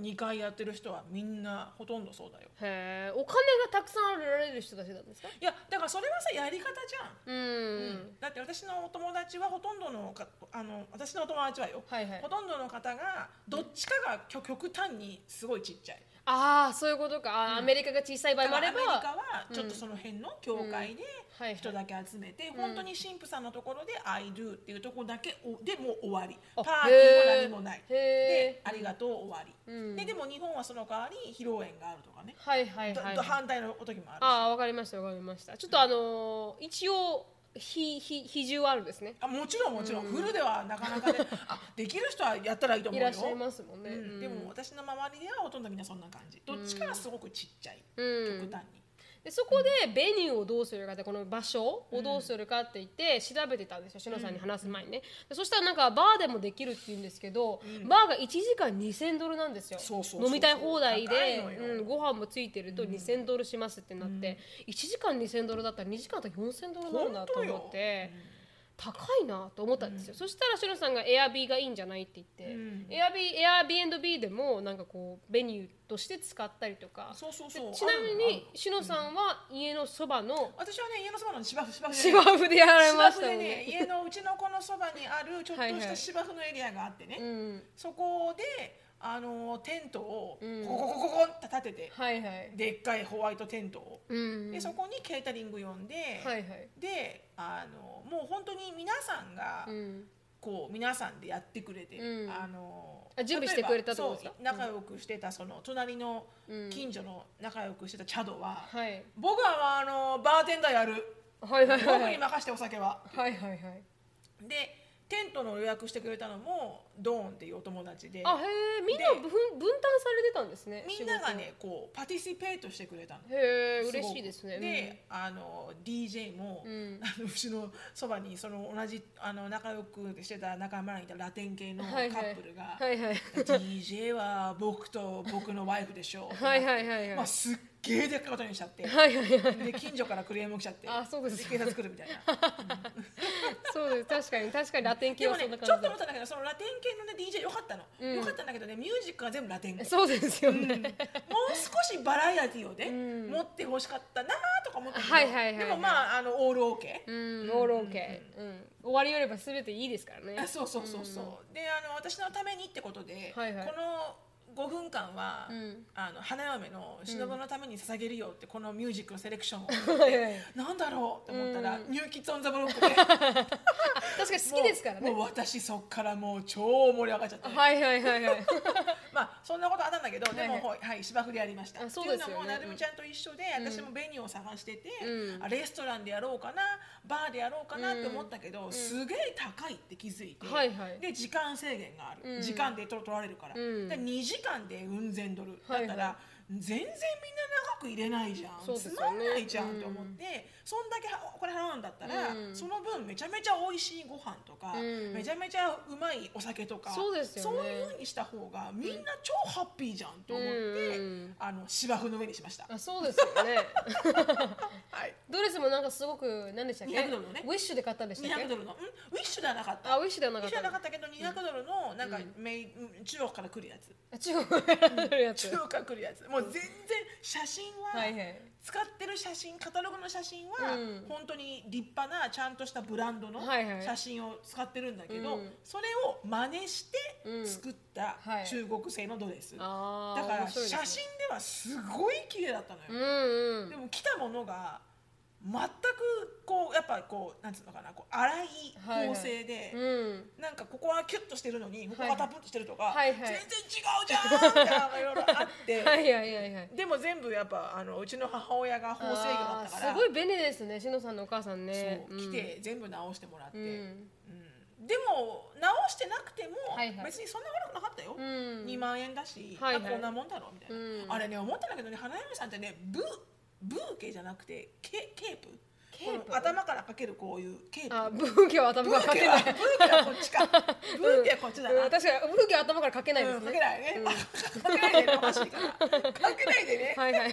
B: 2回やってる人はみんなほとんどそうだよ
A: へえお金がたくさんあるられる人たちなんですか
B: いやだからそれはさやり方じゃん
A: うん、
B: うんだって私のお友達はほとんどのかあの私のお友達はよ、
A: はいはい
B: ほとんどの方がどっちかが極極端にすごいちっちゃい
A: ああそういうことか、あーアメリカが小さい場合もあれば
B: アメリカはちょっとその辺の教会で
A: はい
B: 人だけ集めて、本当に神父さんのところで「I do」っていうところだけおでもう終わり
A: あ
B: パーティーも何もない
A: へーへー
B: で「ありがとう」終わり、
A: うん
B: ででも日本はその代わり披露宴があるとかね、
A: はいはい
B: ど
A: はい
B: ど反対の時もあるし
A: ああわかりましたわかりましたちょっとあのー一応ひひ比重はあるんですね
B: あもちろんもちろん、フルではなかな かねあできる人はやったらいいと思
A: いう
B: よ
A: らっしゃいますもんね、
B: う
A: うんん
B: でも私の周りではほとんどみんなそんな感じどっちかがすごくちっちゃい、
A: うん
B: 極端に、
A: でそこでベニューをどうするかってこの場所をどうするかって言って調べてたんですよ篠さんに話す前にね、でそしたらなんかバーでもできるって言うんですけど、バーが1時間2000ドルなんですよ
B: そうそうそうそう
A: 飲みたい放題
B: 高い
A: で
B: のよ
A: うん、ご飯もついてると2000ドルしますってなって、1時間2000ドルだったら2時間だったら4000ドルなんだと思
B: 本
A: っ
B: 当よ
A: て。高いなと思ったんですよ、そしたらしのさんがエアビーがいいんじゃないって言って、
B: うん
A: エアビーエアビー &B でもなんかこうベニューとして使ったりとか
B: そうそうそう
A: でちなみ
B: あるのある
A: にしのさんは家のそばの
B: 私はね家のそばの芝生芝生でね
A: 芝生でやられまし
B: 芝生
A: た
B: で
A: よ
B: ね
A: ね。
B: 家のうちの子のそばにあるちょっと
A: はい
B: し
A: は
B: た
A: い
B: 芝生のエリアがあってね、
A: うん、
B: そこであのテントを
A: うん
B: ここここここって立てて、
A: はいはい。
B: でっかいホワイトテントを、
A: うん、
B: でそこにケータリング呼んで、
A: はいはい。
B: であのもう本当に皆さんが、
A: うん、
B: こう皆さんでやってくれて、
A: うん
B: あの
A: あ準備してくれたってことですか
B: 例えばそう仲良くしてたその隣の
A: うん
B: 近所の仲良くしてたチャドは、
A: はい。
B: 僕はあのバーテンダーやる
A: はいはい
B: 僕
A: はい。は
B: に
A: い
B: 任せてお酒は。
A: はいはい。
B: でテントの予約してくれたのもドーンっていうお友達で
A: あへえ、みんな分分担されてたんですね。
B: みんなが
A: 仕
B: ねこうパティシペートしてくれたの。
A: 事。へえ、
B: ごく
A: 嬉しいですね。
B: で、あの DJ も、
A: うん
B: あのうちのそばにその同じあの仲良くしてた仲間にいたラテン系
A: う
B: の
A: ん、
B: カ
A: はいはい
B: ップルが、
A: はいはい。
B: DJ は僕と僕のワイフでしょう
A: はいはいはいはい
B: まあ、すっげえでっかいことにしちゃって
A: はいはいはい。
B: で近所からクレーム来ちゃって
A: あそうです
B: 警察来るみたいな
A: そうです。確かに確かにラテン系
B: で
A: は
B: も
A: そんな
B: ねちょ
A: 感
B: っと思ったんだけどそのラテン系の、ね、DJ よかったの、
A: うん
B: よかったんだけどねミュージックは全部ラテン
A: じ。
B: 系
A: そうですよね。
B: もう少しバラエティをね、
A: ん
B: 持ってほしかったなとか思ったけど、
A: はいはいはいはい
B: でもまああのオールオーケ
A: う
B: ー、
A: ん、オールオーケー。うん、終わりよればすべていいですからね。
B: あそうそうそうそう、であの私のためにってことで、
A: はいはい
B: この5分間は、
A: うん
B: あの花嫁の忍のために捧げるよってこのミュージックのセレクションを
A: はいはい
B: なんだろうと思ったら、ニューキッズ・オン・ザ・ブロックで
A: 確か に好きですからね。
B: もうもう私そっからもう超盛り上がっちゃって、
A: はいはいはいはい。
B: まあそんなことあったんだけどでも、
A: は
B: はいいはい、芝生でやりました
A: あそうですよね
B: っていうのもなるみちゃんと一緒で、私もベニューを探してて、
A: うん
B: あレストランでやろうかなバーでやろうかなって思ったけど、すげえ高いって気づいて、
A: はいはい
B: で時間制限がある、時間でと取られるから、
A: ん
B: で2時間でうん千ドルだった
A: は
B: ら、
A: いは
B: 全然みんな長く入れないじゃん、
A: そうです
B: つ
A: よね
B: まんないじゃんと思って、そんだけはお金払うんだったら、
A: うん
B: その分めちゃめちゃ美味しいご飯とか、
A: うん
B: めちゃめちゃうまいお酒とか
A: そうですよね
B: そういうふうにした方がみんな超ハッピーじゃんと思って、
A: うん
B: あの芝生の上にしました。
A: あそうですよ ね
B: はい。
A: ドレスもなんかすごく何でしたっけ
B: 200ドルのね
A: ウィッシュで買ったんでしたっけ
B: 200ドルの、うん、ウィッシュではなかった。
A: あ
B: ウ
A: ウィッシュではな
B: ィ
A: か
B: ッ
A: っ
B: シュで
A: た
B: はな
A: の
B: かったけど200ドルのなんかメイ、うん中国から来るやつ、
A: あ中国からのやつ
B: 中国から来るやつ、もう全然写真は、
A: はいはい
B: 使ってる写真カタログの写真は、
A: うん
B: 本当に立派なちゃんとしたブランドの
A: はいはい
B: 写真を使ってるんだけど、
A: うん
B: それを真似して作った
A: はい
B: 中国製のドレス、
A: あー
B: だから
A: 面白
B: 写
A: いです
B: 真
A: ね
B: ではすごい綺麗だったのよ、
A: うんうん
B: でも来たものが全くこうやっぱこうなんつうのかなこう荒い構成で、
A: うん
B: なんかここはキュッとしてるのにここがタプッとしてるとか、
A: はいはい
B: 全然違うじゃんみたいなのがいろいろあって、
A: はいはいはいはい
B: でも全部やっぱあのうちの母親が法制御だったか
A: あーす
B: ら
A: ごい便利ですねしのさんのお母さんね
B: そう来て全部直してもらって、
A: うん、
B: う
A: うんん
B: でも直してなくても
A: はいはい
B: 別にそんな悪くなかったよ、
A: うん
B: 2万円だし、
A: はいはい
B: まあこんなもんだろうみたいな、
A: うん
B: あれね思ったんだけどね花嫁さんってねブブーケじゃなくてケケープ
A: ケープ
B: この頭からかけるこういうケープ
A: あブーケは頭
B: ブ
A: から
B: ー
A: か
B: ケ
A: け
B: は
A: ない
B: ブーケはこっちかブーケはこっちだな、
A: うん確かにブーケは頭からかけないで
B: う
A: すね、
B: んかけないね、かけないでねマジからかけないでね、
A: はいはい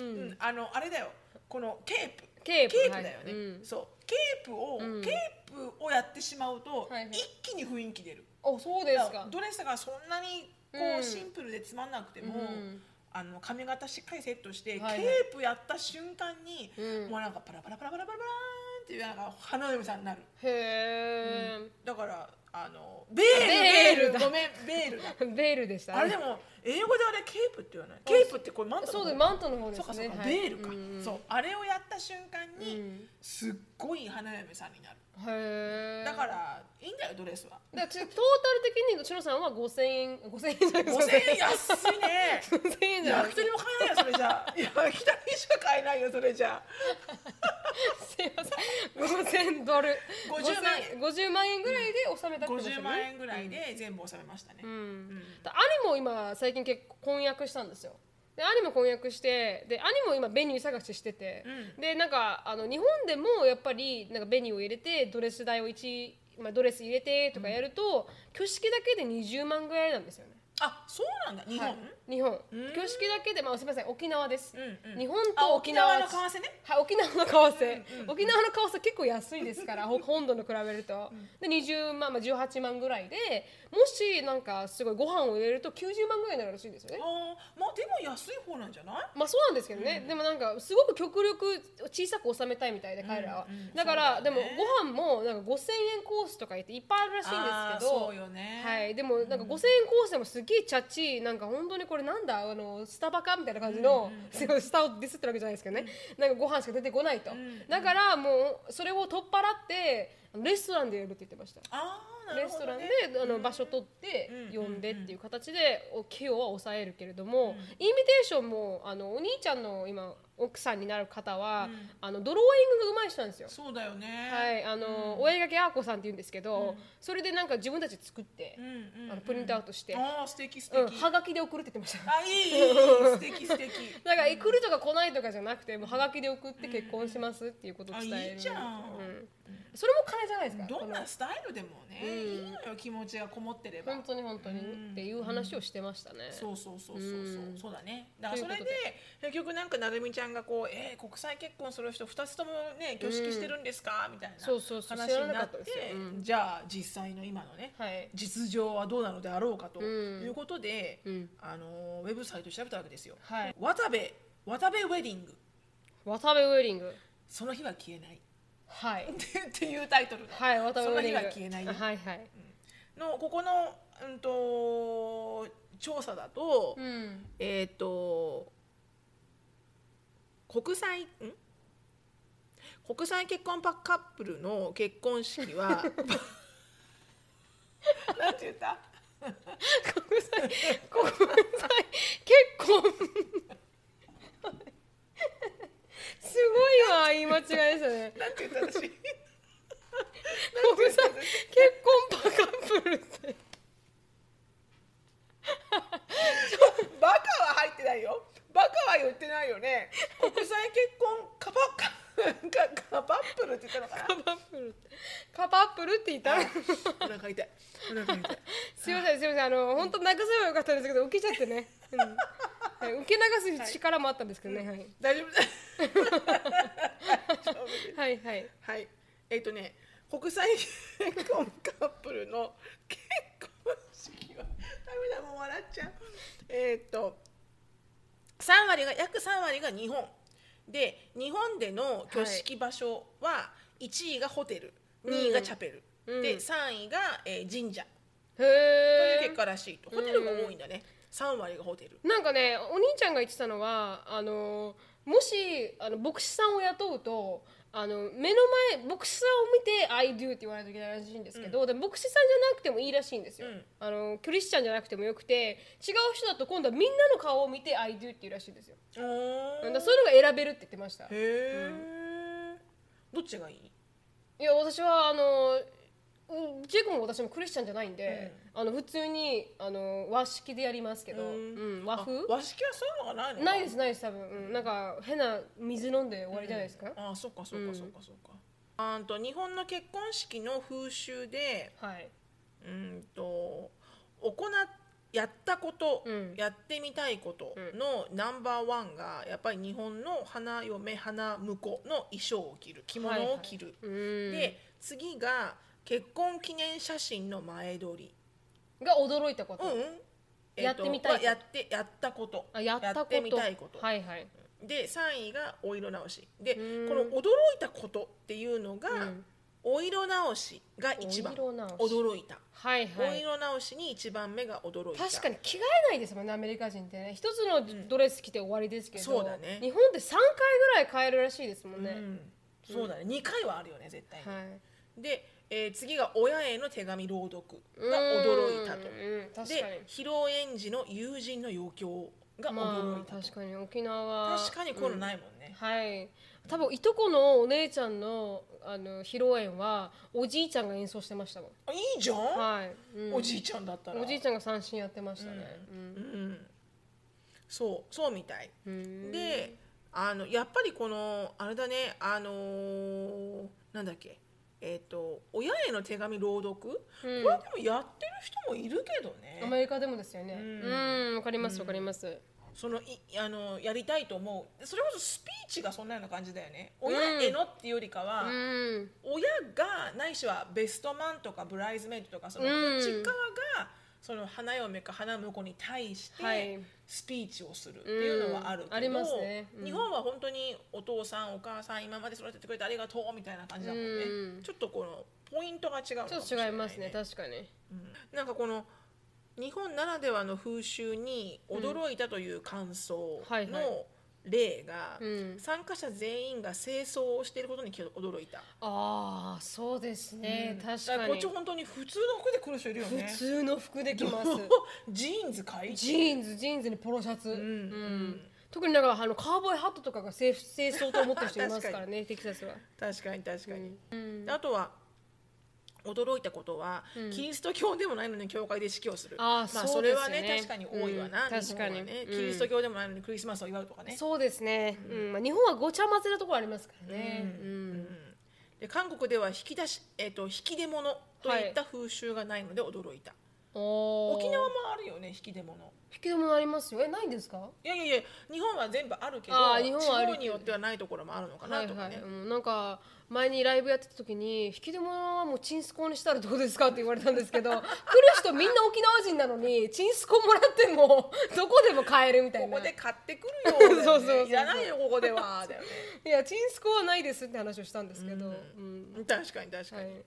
B: うん、あのあれだよこの ケープ
A: ケープ
B: だよね、
A: はいうん
B: そうケープを、
A: うん
B: ケープをやってしまうと、
A: はいはい
B: 一気に雰囲気出る
A: ああそうですか
B: ドレスがそんなにこ
A: う
B: うんシンプルでつまんなくても、
A: うん
B: あの髪型しっかりセットして、
A: はいはい
B: ケープやった瞬間に、
A: うん
B: もうなんかパラパラパラパラパラーンっていうなんか花嫁さんになる
A: へえ、
B: だからあのベー
A: ベール
B: ルベール
A: だ
B: ごめんベールだ
A: ベールでした
B: あれでも英語であれケープって言わないケープってこれマントの
A: そう
B: 方
A: ですマントの方です
B: そ
A: ね
B: うかそうか、
A: はい
B: ベールか、
A: ん
B: そうあれをやった瞬間に、
A: うん
B: すっごい花嫁さんになる
A: へえ
B: だからいいんだよドレス は
A: だからちトータル的にしのさんは5000円5000円じゃない
B: 5000円安 いね
A: 5000円
B: い
A: じゃ
B: や
A: ない
B: 一人も買えないよそれじゃあいや一人しか買えないよそれじゃあ
A: すいません5000ドル
B: 50万円
A: 50万円ぐらいで収めたってことですよ
B: 50
A: ね
B: 万円ぐらいで全部収めましたね、
A: うん、だ兄も今最近結構婚約したんですよで兄も婚約してで兄も今ベニュー探ししてて、でなんかあの日本でもやっぱりなんかベニューを入れてドレス代を1、まあ、ドレス入れてとかやると、挙式だけで20万ぐらいなんですよね
B: あそうなんだ日本、
A: はい日本挙式だけで、まあ、すみません沖縄です、
B: うんうん
A: 日本
B: あ
A: と沖縄
B: 沖縄の為替ね
A: はい沖縄の為替、沖縄の為替結構安いですから ほ本土の比べると、で20万、まあ、18万ぐらいでもしなんかすごいご飯を入れると90万ぐらいになるらしいんですよね
B: あーまあでも安い方なんじゃない
A: まあそうなんですけどね、でもなんかすごく極力小さく収めたいみたいで彼らは、
B: うんうん
A: だから
B: そうだ
A: でも
B: よね
A: ご飯もなんか5000円コースとか言っていっぱいあるらしいんですけど
B: あーそうよね
A: はい、でもなんか5000円コースでもすげえチャッチーなんか本当にこれなんだあのスタバかみたいな感じ の、すごいスタをディスってるわけじゃないですけどね、なんかご飯しか出てこないと、だからもうそれを取っ払ってレストランでやるって言ってました
B: ああなる
A: レス
B: ほ
A: ト
B: ど、
A: ラン
B: ね、
A: であの場所取って
B: うん
A: 呼んでっていう形でお費用は抑えるけれども、インビテーションもあのお兄ちゃんの今奥さんになる方は、あのドローイングが上手い人なんですよ。
B: そうだよね
A: はい、あの、お絵描きあーこさんって言うんですけど、それでなんか自分たちで作って、
B: うんうん
A: あのプリントアウトして、う
B: ああ素敵素敵、
A: ん、はがきで送るって言ってました。
B: あいいいいいい素敵素敵
A: だから来るとか来ないとかじゃなくてもうはがきで送って結婚しますっていうことを伝える、
B: あいいじゃん
A: うんそれも金じゃないですか
B: どん
A: こ
B: な
A: の
B: スタイルでもね、いいのよ気持ちがこもってれば
A: 本当に本当にっていう話をしてましたね、
B: そうそうそうそうそう、
A: うん
B: そうだねだから
A: といこ
B: そうれ
A: と
B: で
A: で
B: 結局なんかなるみちゃんがこう「えー、国際結婚する人2つともね挙式してるんですか?」みたいな
A: そうそうそう
B: 話に
A: 知らな
B: な
A: か
B: っ
A: った
B: て
A: ですようん
B: じゃあ実際の今のね、
A: はい
B: 実情はどうなのであろうかと
A: ん
B: いうことで、
A: うん
B: あのーウェブサイト調べたわけですよ。
A: はい
B: 渡部渡部ウェディング
A: 渡部ウェディング
B: その日は消えない
A: はい
B: っていうタイトルの
A: はい渡部ウェディング
B: その日は消えないよ
A: はいはい
B: のここの、うん、と調査だと、
A: うん
B: えっ、と国際ん国際結婚パカップルの結婚式はなんて言った
A: 国際国際結婚 すごいわ言い間違いでしたね
B: なんて言った私
A: 国際結婚パカップルって
B: バカは入ってないよバカは言ってないよね国際結婚カパカカカパップルって言ったのか
A: カパップルってカパップルって言った
B: なお腹痛いお腹痛い
A: すいませんすいませんあの本当流せばよかったんですけど受けちゃってね、うんはい、受け流す力もあったんですけどねはい
B: 大丈夫大丈夫です
A: はいはい
B: はい。えっ、とね、国際結婚カップルの結婚式は、ダメだ、もう笑っちゃう。えっ、と、3割が、約3割が日本。で、日本での挙式場所は、1位がホテル、2位がチャペル、
A: うん
B: で、
A: うん
B: 3位が、えー神社
A: へ
B: とい
A: え
B: う結果らしいと。ホテルが多いんだね。3割がホテル。
A: なんかねお兄ちゃんが言ってたのはあのもしあの牧師さんを雇うとあの目の前牧師さんを見て「I do」って言わないといけないらしいんですけど、でも牧師さんじゃなくてもいいらしいんですよ、
B: うん
A: あのクリスチャンじゃなくてもよくて違う人だと今度はみんなの顔を見て「I do」って言うらしいんですよ
B: おー
A: だからそういうのが選べるって言ってました
B: へえ、どっちがいい
A: いや私はあのうんジェイコも私もクリスチャンじゃないんで、あの普通にあの和式でやりますけど、うん和風
B: あ和式はそういうのがないのか
A: ないですないです多分、うん、なんか変な水飲んで終わりじゃないですか、
B: ああそっかそっかそっかそっか、あんと日本の結婚式の風習で
A: はい
B: うんと行っやったこと、
A: うん
B: やってみたいことのナンバーワンがやっぱり日本の花嫁花婿の衣装を着る着物を着る、
A: うん
B: で次が結婚記念写真の前撮り
A: が驚いたこと、
B: うんうんえーと
A: やってみたいこと
B: まあやってやったこと
A: あやったこと
B: ってみたいこと、
A: はいはい
B: で3位がお色直しでこ
A: うん
B: の驚いたことっていうのが、
A: うん
B: お色直しが一番
A: お色直し
B: 驚いた、
A: はいは
B: お
A: い
B: 色直しに一番目が驚いた
A: 確か
B: に
A: に着替えないですもんねアメリカ人ってね一つのドレス着て終わりですけど、
B: そうだね
A: 日本って3回ぐらい変えるらしいですもんね、
B: そうだね2回はあるよね絶対に、
A: はい
B: で、えー次が親への手紙朗読が驚いたと
A: うんうん確かに
B: で披露演じの友人の余興が驚
A: ま
B: い
A: あ
B: たと、
A: 確かに沖縄は
B: 確かにこういうのないもんね、
A: はい多分いとこのお姉ちゃんのあの披露宴はおじいちゃんが演奏してましたもん
B: あいいじゃん、
A: はい、うん
B: おじいちゃんだったら
A: おじいちゃんが三振やってましたね、
B: うん、そうそうみたい、
A: うんうん
B: であのやっぱりこのあれだねあのーなんだっけえっ、と親への手紙朗読、
A: うん
B: これでもやってる人もいるけど
A: ア
B: ね
A: メリカでもですよねうんわかりますわかります、
B: そのいあのやりたいと思うそれこそスピーチがそんなような感じだよね親へのっていうよりかは、
A: うん
B: 親がないしはベストマンとかブライズメイドとかそのこ
A: うん
B: っち側がその花嫁か花婿に対し
A: はい
B: てスピーチをするっていうのはあるけど、
A: ありますねうん
B: 日本は本当にお父さんお母さん今まで育ててくれてありがとうみたいな感じだもんね、
A: うん
B: ちょっとこのポイントが違うのかも
A: ちょっ
B: し
A: と
B: れない
A: 違いますね確かに
B: うんなんかこの日本ならではの風習に驚いたという感想
A: うんはいはい
B: の例が、
A: うん
B: 参加者全員が清掃をしていることに驚いた。
A: ああそうですね、確
B: だ
A: から
B: こ
A: に
B: っち本当に普通の服で来る人いるよね
A: 普通の服で着ます
B: ジーンズ買い
A: ジーンズジーンズにポロシャツ、うん
B: ん
A: 特になんかあのカーボーイハットとかが清清掃と思ってる人いますからねテキサスは
B: 確かに確かに、であとは驚いたことは、キリスト教でもないのに教会で式をする
A: あー
B: まあ
A: そ
B: そう
A: で
B: れ
A: す
B: は
A: よね
B: ね確かに多いわ
A: うん
B: な、日本はね
A: 確かにうん
B: キリスト教でもないのにクリスマスを祝うとかね、
A: そうですね、うんまあ、日本はごちゃ混ぜなところありますからね、うん
B: で韓国では引き出し、えっと引き出物といった風習がないので驚いた、
A: おー
B: 沖縄もあるよね引き出物
A: 引き出物ありますよえないんですか
B: いやいやいや日本は全部あるけど
A: あー日本はある
B: 地方によってはないところもあるのかなとかね、
A: はいはいうん、なんか前にライブやってた時に引き出物はもうチンスコにしたらどうですかって言われたんですけ ど来る人みんな沖縄人なのにチンスコもらっても どこでも買えるみたい
B: こ
A: な
B: こで買ってくる
A: そ
B: よ
A: うそうそうそう
B: いらないよここではだよね
A: いやチンスコはないですって話をしたんですけど、うん
B: 確かに確か
A: はい、
B: に、
A: 来る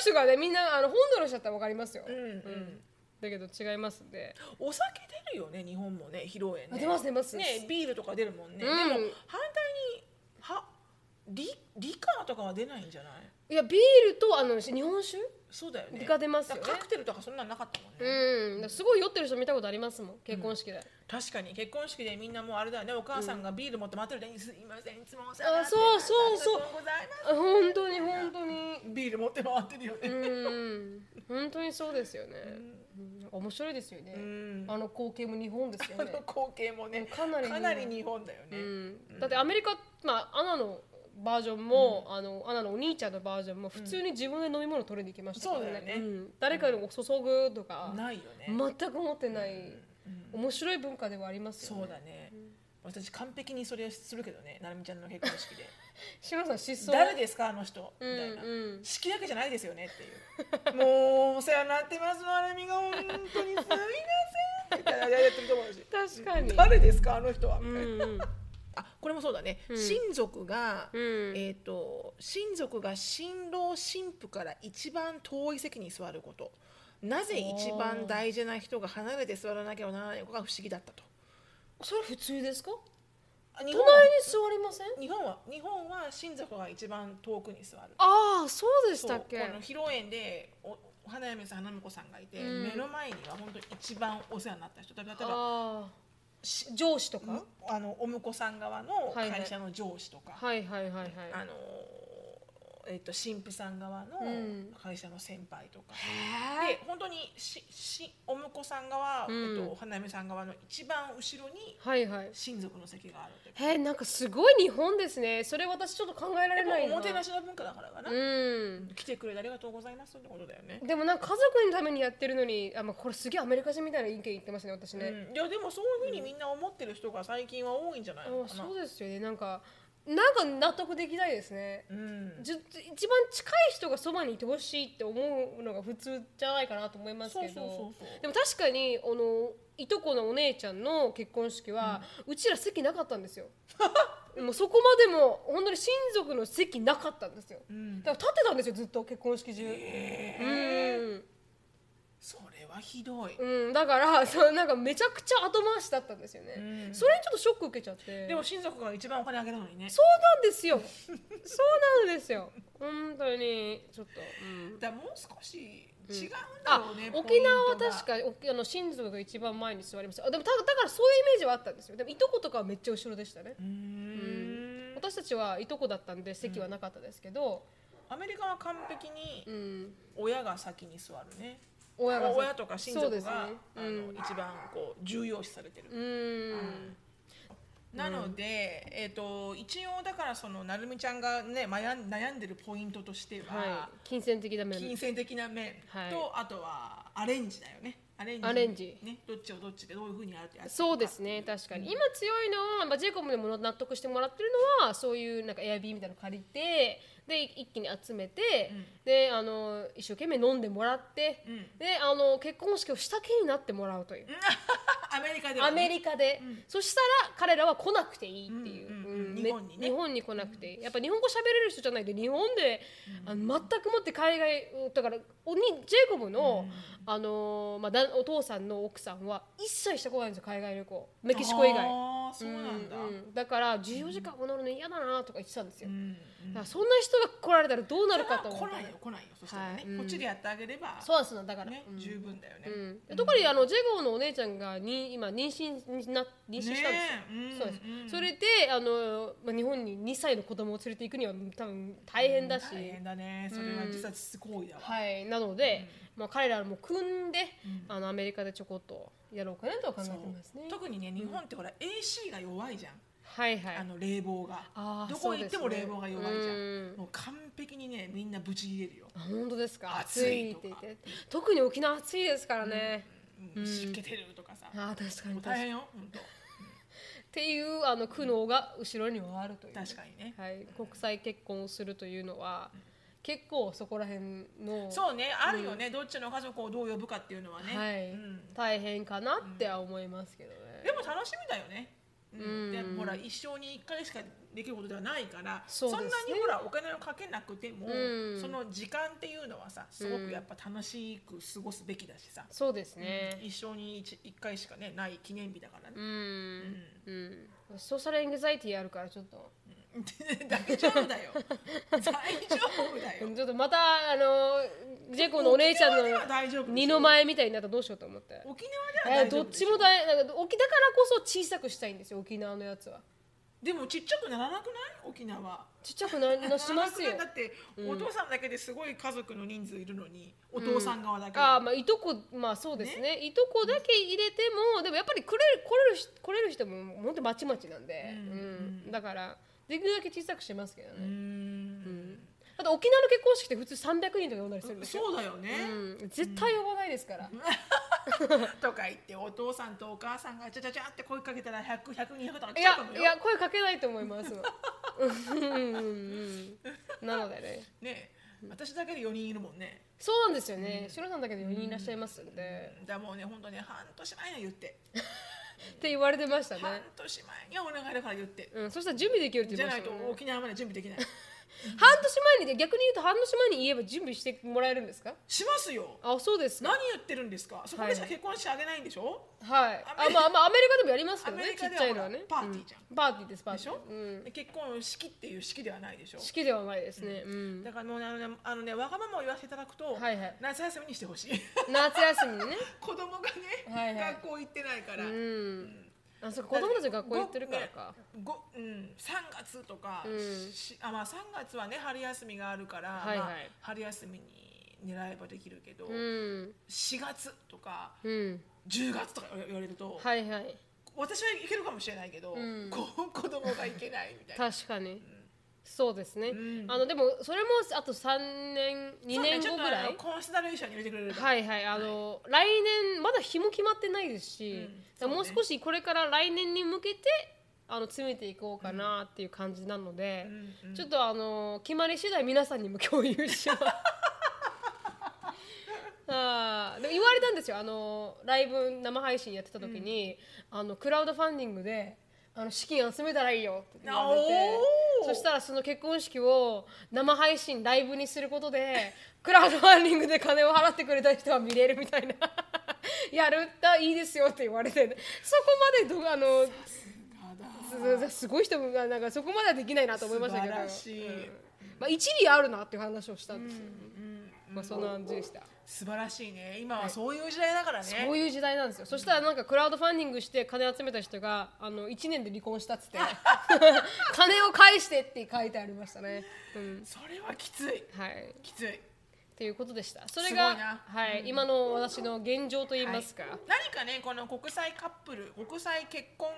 A: 人がねみんなあの本土の人だったら分かりますよ、
B: うんうん
A: だけど違いますんで
B: お酒出るよね日本もね披露宴
A: あ
B: ね
A: 出ます出ます
B: ねビールとか出るもんね、でも
A: うん
B: 反対にはリリカーとかは出ないんじゃない
A: いやビールとあの日本酒
B: そうだよね
A: リカ出ますよね
B: だからカクテルとかそんなのなかったもんね、
A: うんだからすごい酔ってる人見たことありますもん結婚式で、
B: 確かに結婚式でみんなもうあれだよねお母さんがビール持って待ってる時に「すいませんいつもお世話になって
A: あそうそうそう
B: ありがとうございま
A: あ本当に本当に
B: す」ビール持って回ってるよね、
A: うん本当にそうですよね、うん面白いですよね、
B: ん
A: あの光景も日本です
B: あ
A: よ
B: の
A: ね、
B: 光景もね
A: かなり日本
B: 日本だよね、
A: うん、だってアメリカ、まあ、アナのバージョンも、あのアナのお兄ちゃんのバージョンも普通に自分で飲み物取りに行きましたから
B: そうだよね
A: ん誰かに注ぐとか、
B: ないよね、
A: 全く思ってない、面白い文化ではありますよ
B: そう
A: ね
B: だね、私完璧にそれするけどねなるみちゃんの結婚 式で
A: 志村さん失
B: 「
A: 踪
B: 誰ですかあの人」み
A: うん
B: たいな、
A: うん
B: 式だけじゃないですよねっていうもうお世話になってますなるみが本当にすみませんみたいなやってると思うし
A: 確かに
B: 誰ですかあの人は
A: う
B: み
A: ん
B: たいな、
A: うん
B: あこれもそうだね、親族が、
A: うん
B: えっ、と親族が新郎新婦から一番遠い席に座ることなぜ一番大事な人が離れて座らなきゃならないのかが不思議だったと
A: それ普通ですか
B: あ日
A: 隣
B: 本
A: に
B: は
A: 座りません
B: 日本は日本は親族が一番遠くに座る
A: ああそうでし
B: そう
A: たっけ
B: この披露宴でおお花嫁さん花婿さんがいて、
A: うん
B: 目の前には本当に一番お世話になった人例えば例えば
A: ああ上司とか、
B: あのお婿さん側の
A: はいはい
B: 会社の上司とか、
A: はいはいはいはい
B: あのーえっと新婦さん側の
A: うん
B: 会社の先輩とか、
A: へ
B: で本当にししお婿さん側、
A: うん
B: えっと、お花嫁さん側の一番後ろに
A: はいはい
B: 親族の席があるって
A: へえなんかすごい日本ですねそれ私ちょっと考えられないな
B: でもおもてなしの文化だからかな、
A: うん
B: 来てくれてありがとうございますってことだよね、
A: でもなんか家族のためにやってるのにあ、まあ、これすげえアメリカ人みたいな意見言ってますね私ね、
B: うんいやでもそういうふうにみんな思ってる人が最近は多いんじゃないの
A: あ
B: かな、
A: そうですよねなんかなんか納得できないですね
B: うん
A: じゅ一番近い人がそばにいてほしいって思うのが普通じゃないかなと思います
B: そ
A: け
B: うそうそ
A: ど
B: うそう
A: でも確かにあのいとこのお姉ちゃんの結婚式は、うちら席なかったんですよ もうそこまでも本当に親族の席なかったんですよ
B: うん
A: だから立ってたんですよずっと結婚式中、
B: それはひどい、
A: うん、うん、だから そうなんかめちゃくちゃ後回しだったんですよね、
B: うん
A: それにちょっとショック受けちゃって
B: でも親族が一番お金あげたのにね
A: そうなんですよそうなんですよ本当にちょっと、うん
B: だからもう少し違うんだ
A: あ
B: ろうね、
A: 沖縄は確
B: か
A: かに沖あの親族が一番前に座りましたあでもただからそういうイメージはあったんですよでもいとことかはめっちゃ後ろでしたね
B: うーん
A: 私たちはいとこだったんで席はなかったですけど、
B: アメリカは完璧に
A: うん、
B: 親が先に座るね
A: 親が
B: 親とか親
A: そう
B: 族
A: ですね
B: が、
A: う
B: あ
A: ん
B: の一番こう重要視されてる、
A: うん
B: なので、えっと一応だからそのなるみちゃんがね悩ん悩んでるポイントとして
A: は
B: は、
A: い、金銭的な面
B: 金銭的な面と、
A: はい
B: あとはアレンジだよねアレンジ
A: アレンジ
B: ね、どっちをどっちでどういうふうにやるってやつ
A: そうですね確かに、今強いのは、まあ、ジェイコブでも納得してもらってるのはそういうなんか Airbnb みたいなの借りてで一気に集めて、
B: うん
A: であの一生懸命飲んでもらって、
B: うん
A: であの結婚式をした気になってもらうという、
B: アメリカでは
A: ア
B: ね、
A: メリカで、そしたら彼らは来なくていいっていう、
B: うんうんうん
A: め
B: 日本にね
A: 日本に来なくていいやっぱ日本語喋れる人じゃないで日本で、あの全くもって海外だからおにジェイコブの,、あのーまあ、だお父さんの奥さんは一切してこないんですよ海外旅行メキシコ以外。
B: あーそうなんだ、
A: ううんだから14時間も乗るの嫌だなとか言ってたんですよ、
B: うん
A: だからそんな人が来られたらどうなるかと思
B: 来
A: う
B: ないよ来ないよそしたらね、
A: はいうん
B: こっちでやってあげれば
A: そうなんですよだから、
B: ね、十分だよね、
A: うん、特にあのジェゴのお姉ちゃんがに今妊娠にな妊娠したんですよ、
B: ねえ
A: そうです、
B: うんうん
A: それであの、まあ、日本に2歳の子供を連れて行くには多分大変だし、
B: 大変だねそれは自殺行為だわ、
A: はいなので、まあ、彼らも組んで、あのアメリカでちょこっとやろうかなとは考えて
B: そう
A: ますね
B: 特にね日本ってほら AC が弱いじゃん、
A: はいはい
B: あの冷房が
A: あー
B: どこ行っても
A: そうです
B: 冷
A: ね
B: 房が弱いじゃん
A: うん
B: もう完璧にねみんなブチ切れるよ、
A: あ本当ですか
B: 暑い
A: って言っ
B: と
A: て特に沖縄暑いですからね、
B: うん湿気てるとかさ、
A: ああ確か
B: も
A: に確
B: う
A: か
B: 大
A: にっ
B: 変よ本当
A: ていうあの苦悩が後ろにはあるという
B: 確かにね
A: はい、国際結婚をするというのは結構そこら辺の
B: そうねあるよね、どっちの家族をどう呼ぶかっていうのはね、
A: はい
B: うん
A: 大変かなっては思いますけどね、
B: でも楽しみだよね、うん
A: うん
B: でもほら一生に1回しかできることではないから
A: そうです
B: ん
A: ね
B: なにほらお金をかけなくても、
A: うん
B: その時間っていうのはさすごくやっぱ楽しく過ごすべきだしさ、
A: そうですね
B: 一生に 1, 回しかねない記念日だからね
A: う、ん、うんソーシャルエングザイティあるからちょっと
B: 大丈 夫だよ大丈夫だ
A: ち
B: よ
A: ょっとまたあのジェコのお姉ちゃん
B: 沖縄では大丈夫
A: の
B: でし
A: 二
B: ょ
A: の前みたいになったらどうしようと思って
B: 沖縄では
A: え
B: 大
A: ど
B: 丈夫
A: っ
B: で
A: ち
B: しょ
A: も大なんか沖だからこそ小さくしたいんですよ沖縄のやつは
B: でもちっちゃくならなくない沖縄
A: ちっちゃく ななしますよ
B: ならなくないだって、お父さんだけですごい家族の人数いるのにお父さん側だけ、
A: あーまあいとこまあそうですねいとこだけ入れてもでもやっぱり来れる来れるし来れる人も本当まちまちなんで、うんだからできるだけ小さくしますけどね、
B: うーん
A: あと沖縄の結婚式って普通300人とか呼んだりするんですよ、
B: そうだよね、
A: うん、絶対呼ばないですから、
B: とか言ってお父さんとお母さんがちゃちゃちゃって声かけたら100、100、200とか
A: い
B: 来ち
A: や
B: ゃうかも
A: い
B: よ。
A: や声かけないと思い ますわうんうんうんなのでね
B: ねえ私だけで4人いるもんね。
A: そうなんですよね白さんだけで4人いらっしゃいますんで、
B: だからもうね、本当ね、半年前には言って、
A: って言われてましたね、
B: 半年前にはお願いだから言って、
A: うん、そしたら準備できるって
B: じ
A: 言
B: ゃ
A: いま
B: な
A: した
B: いと
A: もんね
B: 沖縄まで準備できない。
A: 半年前にで逆に言うと半年前に言えば準備してもらえるんですか
B: しますよ。
A: あそうですか
B: 何言ってるんですかそこでしか結婚してあげないんでしょ、
A: はい
B: アメ
A: あ
B: リ
A: まあまあアメリカでもやりますけど
B: アメ
A: ね
B: リ
A: ち
B: カ
A: っ
B: で
A: ち
B: は
A: ゃいのはね
B: ほらパーティーじゃん
A: うパーティーですパー
B: で
A: テ
B: し
A: ィ
B: ょ
A: ー、うん、
B: で結婚式っていう式ではないでしょ
A: 式ではないですね、うん
B: だからもうねあのねあのねわがままを言わせていただくと、
A: はいはい
B: 夏休みにしてほしい
A: 夏休みにね
B: 子供がね、
A: はいはい
B: 学校行ってないから、
A: うんあそうか子供たちが学校行ってるからか、
B: ごうん、3月とか、
A: うん
B: しあまあ、3月はね春休みがあるから、
A: はいはい
B: まあ、春休みに狙えばできるけど、
A: うん
B: 4月とか
A: うん
B: 10月とか言わ言われると、
A: はいはい
B: 私は行けるかもしれないけど、
A: うん
B: こ子供が行けないみたいな。
A: 確かに、そうですね、
B: うん
A: あのでもそれもあと3年2年後ぐら
B: そうねちょっ
A: い
B: とあのコンシダレーションに入れてくれるい、
A: はいはいあの、来年まだ日も決まってないですし、
B: うん
A: だからもう
B: そうね
A: 少しこれから来年に向けてあの詰めていこうかなっていう感じなので、
B: うんうん
A: ちょっとあの決まり次第皆さんにも共有しますあーでも言われたんですよあのライブ生配信やってた時に、あのクラウドファンディングであの資金集めたらいいよって言われて
B: おー
A: そしたらその結婚式を生配信ライブにすることで クラウドファンディングで金を払ってくれた人は見れるみたいな やるったいいですよって言われて、そこまでどあのすすごい人がなんかそこまではできないなと思いましたけど
B: 素晴らしい
A: うんまあ、一理あるなっていう話をしたんですよ、
B: うん
A: まあ、そんな感じでした、
B: 素晴らしいね今はそういう時代だからね、
A: そういう時代なんですよそしたらなんかクラウドファンディングして金集めた人があの1年で離婚したっつって 金を返してって書いてありましたね、うん、
B: それはきつい
A: はい
B: きつい
A: っていうことでしたそれ
B: すごい
A: が
B: な
A: はい、今の私の現状といいますか、
B: はい何かねこの国際カップル国際結婚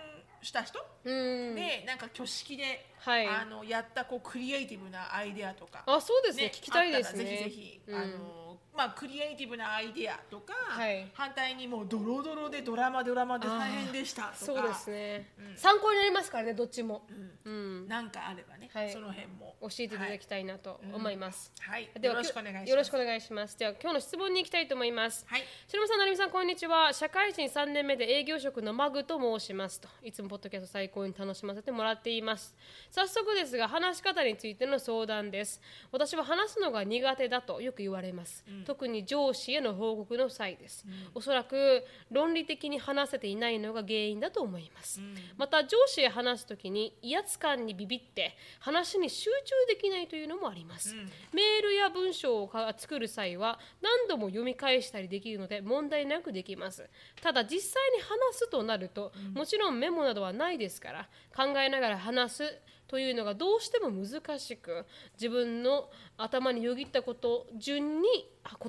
B: した人、
A: うん
B: でなんか挙式で、
A: はい
B: あのやったこうクリエイティブなアイデアとか
A: あそうですね聞きたいですね
B: あったらぜひぜひ、
A: うん
B: あのまあ、クリエイティブなアイデアとか、
A: はい
B: 反対にもうドロドロでドラマドラマで大変でしたとか
A: そうですね、参考になりますからねどっちも、うん
B: なんかあればね、
A: はい
B: その辺も
A: 教えていただきたいなと思います、
B: はい、はい
A: で
B: よ
A: は
B: ろしくお願いします
A: よろしくお願いしますでは今日の質問に行きたいと思います
B: はい
A: 白間さん、成美さん、こんにちは。社会人3年目で営業職のマグと申しますと。いつもポッドキャスト最高に楽しませてもらっています。早速ですが、話し方についての相談です。私は話すのが苦手だとよく言われます。特に上司への報告の際です、おそらく論理的に話せていないのが原因だと思います。また、上司へ話すときに威圧感にビビって話に集中できないというのもあります。メールや文章をか作る際は何度も読み返したりできるので問題なくできますただ実際に話すとなると、もちろんメモなどはないですから考えながら話すというのがどうしても難しく自分の頭によぎったこと順に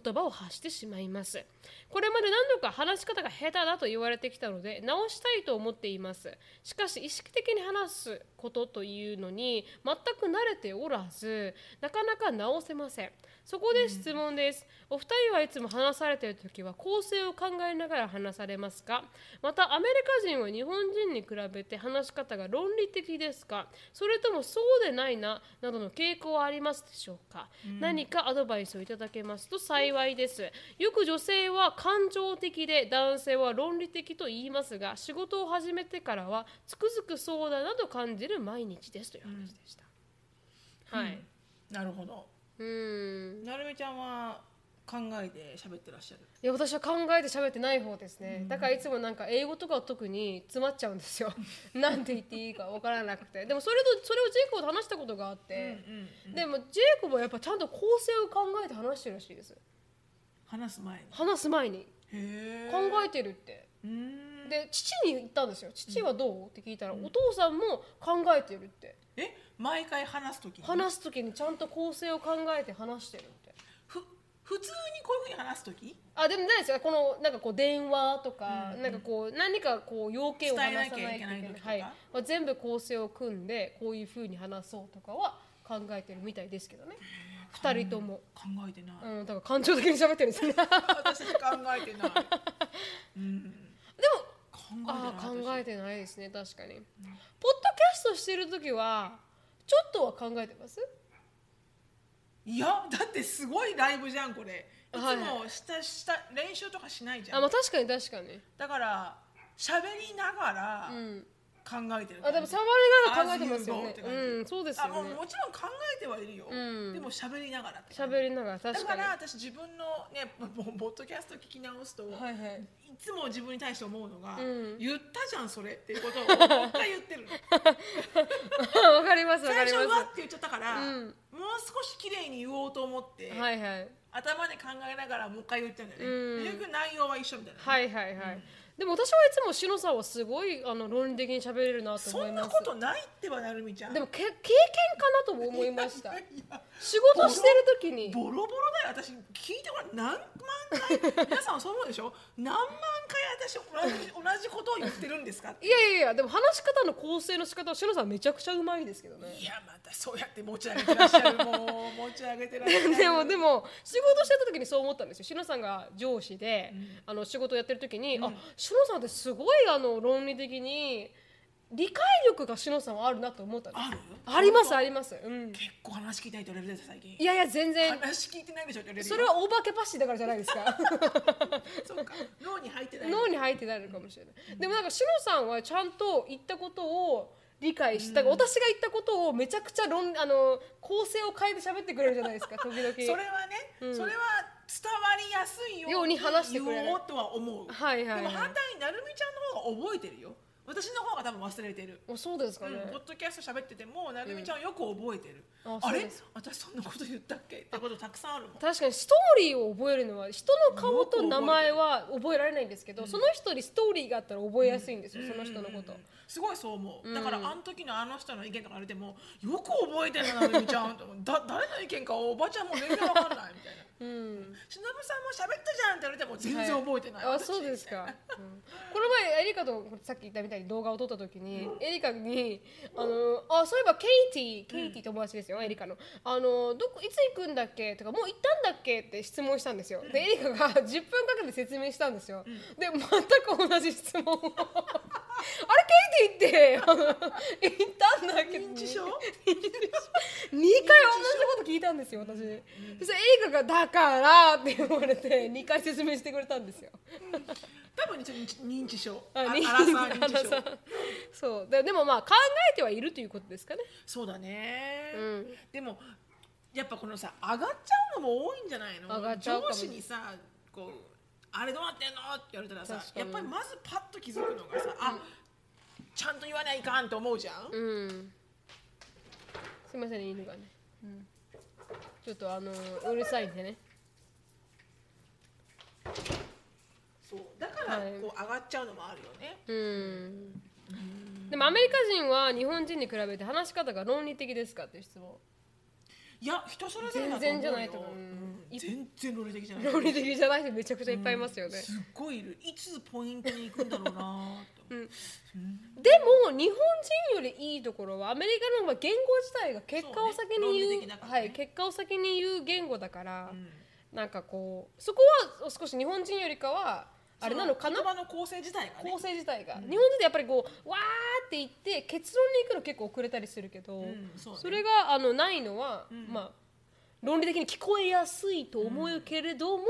A: 言葉を発してしまいますこれまで何度か話し方が下手だと言われてきたので直したいと思っていますしかし意識的に話すことというのに全く慣れておらずなかなか直せませんそこで質問です、お二人はいつも話されている時は構成を考えながら話されますかまたアメリカ人は日本人に比べて話し方が論理的ですかそれともそうでないななどの傾向はありますでしょうか、何かアドバイスをいただけますと幸いですよく女性は感情的で男性は論理的と言いますが仕事を始めてからはつくづくそうだなと感じる毎日ですという話でした、はい
B: なるほど
A: うん
B: なるみちゃんは考えて喋ってらっしゃる
A: いや私は考えて喋ってない方ですね、だからいつもなんか英語とかは特に詰まっちゃうんですよ なんて言っていいか分からなくてでもそれとそれをジェイコブと話したことがあって、でもジェイコブはやっぱちゃんと構成を考えて話してるらしいです
B: 話す前に
A: 話す前に
B: へえ
A: 考えてるって
B: うーん
A: で父に言ったんですよ父はどうって聞いたら、お父さんも考えてるって
B: え毎回話す時に
A: 話す時にちゃんと構成を考えて話してるって
B: ふ普通にこういうふうに話す時
A: あでもないですよこのなんかこう電話とか、なんかこう何かこう要件を話さないといけない
B: 伝えなきゃいけない時とか
A: はいまあ、全部構成を組んでこういうふうに話そうとかは考えてるみたいですけどね二人とも、
B: 考えてない、
A: うん、だから感情的に喋ってるんです ねでも
B: 私考えて ないうん考えてない
A: ああ考
B: 私
A: えてないですね確かに、ポッドキャストしてる時はちょっとは考えてます
B: いやだってすごいライブじゃんこれいつ
A: はい
B: もしたした練習とかしないじゃ
A: あ
B: ん
A: まあ確かに確かに
B: だから喋りながら
A: うん
B: 考えてる
A: あで
B: 感
A: も
B: じ
A: 触りながら考えてますよね
B: As you go って感じ
A: うんそうですよ
B: あもう
A: ね
B: もちろん考えてはいるよ、
A: うん
B: でも喋りながらって感じ
A: 喋りながら確
B: だ
A: か
B: か
A: に
B: ら私自分のねポポポッドキャスト聞き直すと、
A: はいはい
B: いつも自分に対して思うのが、
A: うん
B: 言ったじゃんそれっていうことをもう一回言ってる の
A: わかりますわか
B: 最
A: り
B: 初は
A: ま
B: って言っちゃったから、
A: うん
B: もう少し綺麗に言おうと思って、
A: すはいはい
B: 頭で考えながらもう一回言ってるんだよね、
A: うん
B: 結局内容は一緒みたいな、
A: はいはいはい、でも私はいつもしのさんはすごいあの論理的に喋れるなと
B: そ
A: 思い
B: ん
A: ま
B: な
A: す
B: ことないってばなるみちゃん
A: でもけ経験かなとも思いま した
B: いや
A: 仕事してる時に
B: ボロボロだよ私聞いてごらん何万回皆さんそう思うでしょ何万回私同じ同じことを言ってるんですかって
A: いやいやいやでも話し方の構成の仕方はしのさんめちゃくちゃうまいですけどね
B: いやまたそうやって持ち上げてらっしゃるもう持ち上げてらっしゃ る
A: でもでも仕事してた時にそう思ったんですよしのさんが上司で、あの仕事をやってる時に、あしのさんってすごいあの論理的に理解力がしのさんはあるなと思ったの
B: ある
A: ありますあります、うん、
B: 結構話聞いてないって言われるんですよ最近
A: いやいや全然
B: 話聞いてないでしょって言われるよ
A: それはお化けパッシーだからじゃないです か
B: そうか脳に入ってない
A: 脳に入ってなるかもしれないでもなんかしのさんはちゃんと言ったことを理解した、私が言ったことをめちゃくちゃ論あの構成を変えて喋ってくれるじゃない ですか時々
B: それはね、それは伝わりやすいよ
A: ように話してくれる
B: 言おうとは思う、
A: はいはいはい
B: でも反対になるみちゃんの方が覚えてるよ私の方が多分忘れてる、
A: あそうです
B: う
A: かね、
B: ん、ポッドキャスト喋っててもなるみちゃんはよく覚えてる、
A: あ
B: あ
A: そう
B: れ
A: です
B: 私そんなこと言ったっけってことたくさんあるもん
A: 確かにストーリーを覚えるのは人の顔と名前は覚えられないんですけど、その人にストーリーがあったら覚えやすいんですよ、その人のこと、
B: すごいそう思う、だからあの時のあの人の意見とかあれでもよく覚えてるななるみちゃんと思うだ誰の意見かおばちゃんも全然わかんないみたいな
A: うん
B: しのぶさんも喋ったじゃんって言われても全然覚えてない、
A: あそうですか、うんこの前エリカとさっき言ったみたいに動画を撮った時に、エリカにあのあそういえばケイティケイティ友達ですよ、エリカのあのどこいつ行くんだっけとかもう行ったんだっけって質問したんですよでエリカが10分かけて説明したんですよ、で全く同じ質問を あれケイティってあの行ったんだっけ
B: 認知症
A: 2回同じこと聞いたんですよ私、そしてエリカが「だから」って言われて2回説明してくれたんですよ
B: 多分ねちょ っと認知症あ
A: あ
B: らさ
A: 認知
B: 認知症
A: あらさそうででもまあ考えてはいるということですかね
B: そうだね、
A: うん
B: でもやっぱこのさ上がっちゃうのも多いんじゃないの
A: 上がっちゃうかも
B: 上司にさこうあれどうなってんのって言われたらさ
A: 確か
B: やっ
A: に
B: ぱりまずパッと気づくのがさ、あちゃんと言わないかんと思うじゃん、
A: うんすいませんね犬がね、ちょっとあのうるさいんでね
B: そうだから
A: はい
B: こう上がっちゃうのもあるよね、
A: うんでもアメリカ人は日本人に比べて話し方が論理的ですかっていう質問
B: いや人それぞれだと思うよ
A: 全然じゃないと思う
B: うん
A: い
B: 全然論理的じゃない
A: 論理的じゃない人めちゃくちゃいっぱいいますよね、
B: すっごいいるいつポイントに行くんだろうなーって思う、
A: でも日本人よりいいところはアメリカの方が言語自体が結果を先に
B: そうね論理
A: 言う
B: 的だからね
A: はい、結果を先に言う言語だから、なんかこうそこは少し日本人よりかはあれなのかな
B: そ言葉の構成自体がね
A: 構成自体が、日本人ってやっぱりこうわーって言って結論に行くの結構遅れたりするけど、
B: んそうね
A: れがあのないのは、まあ論理的に聞こえやすいと思うけれども、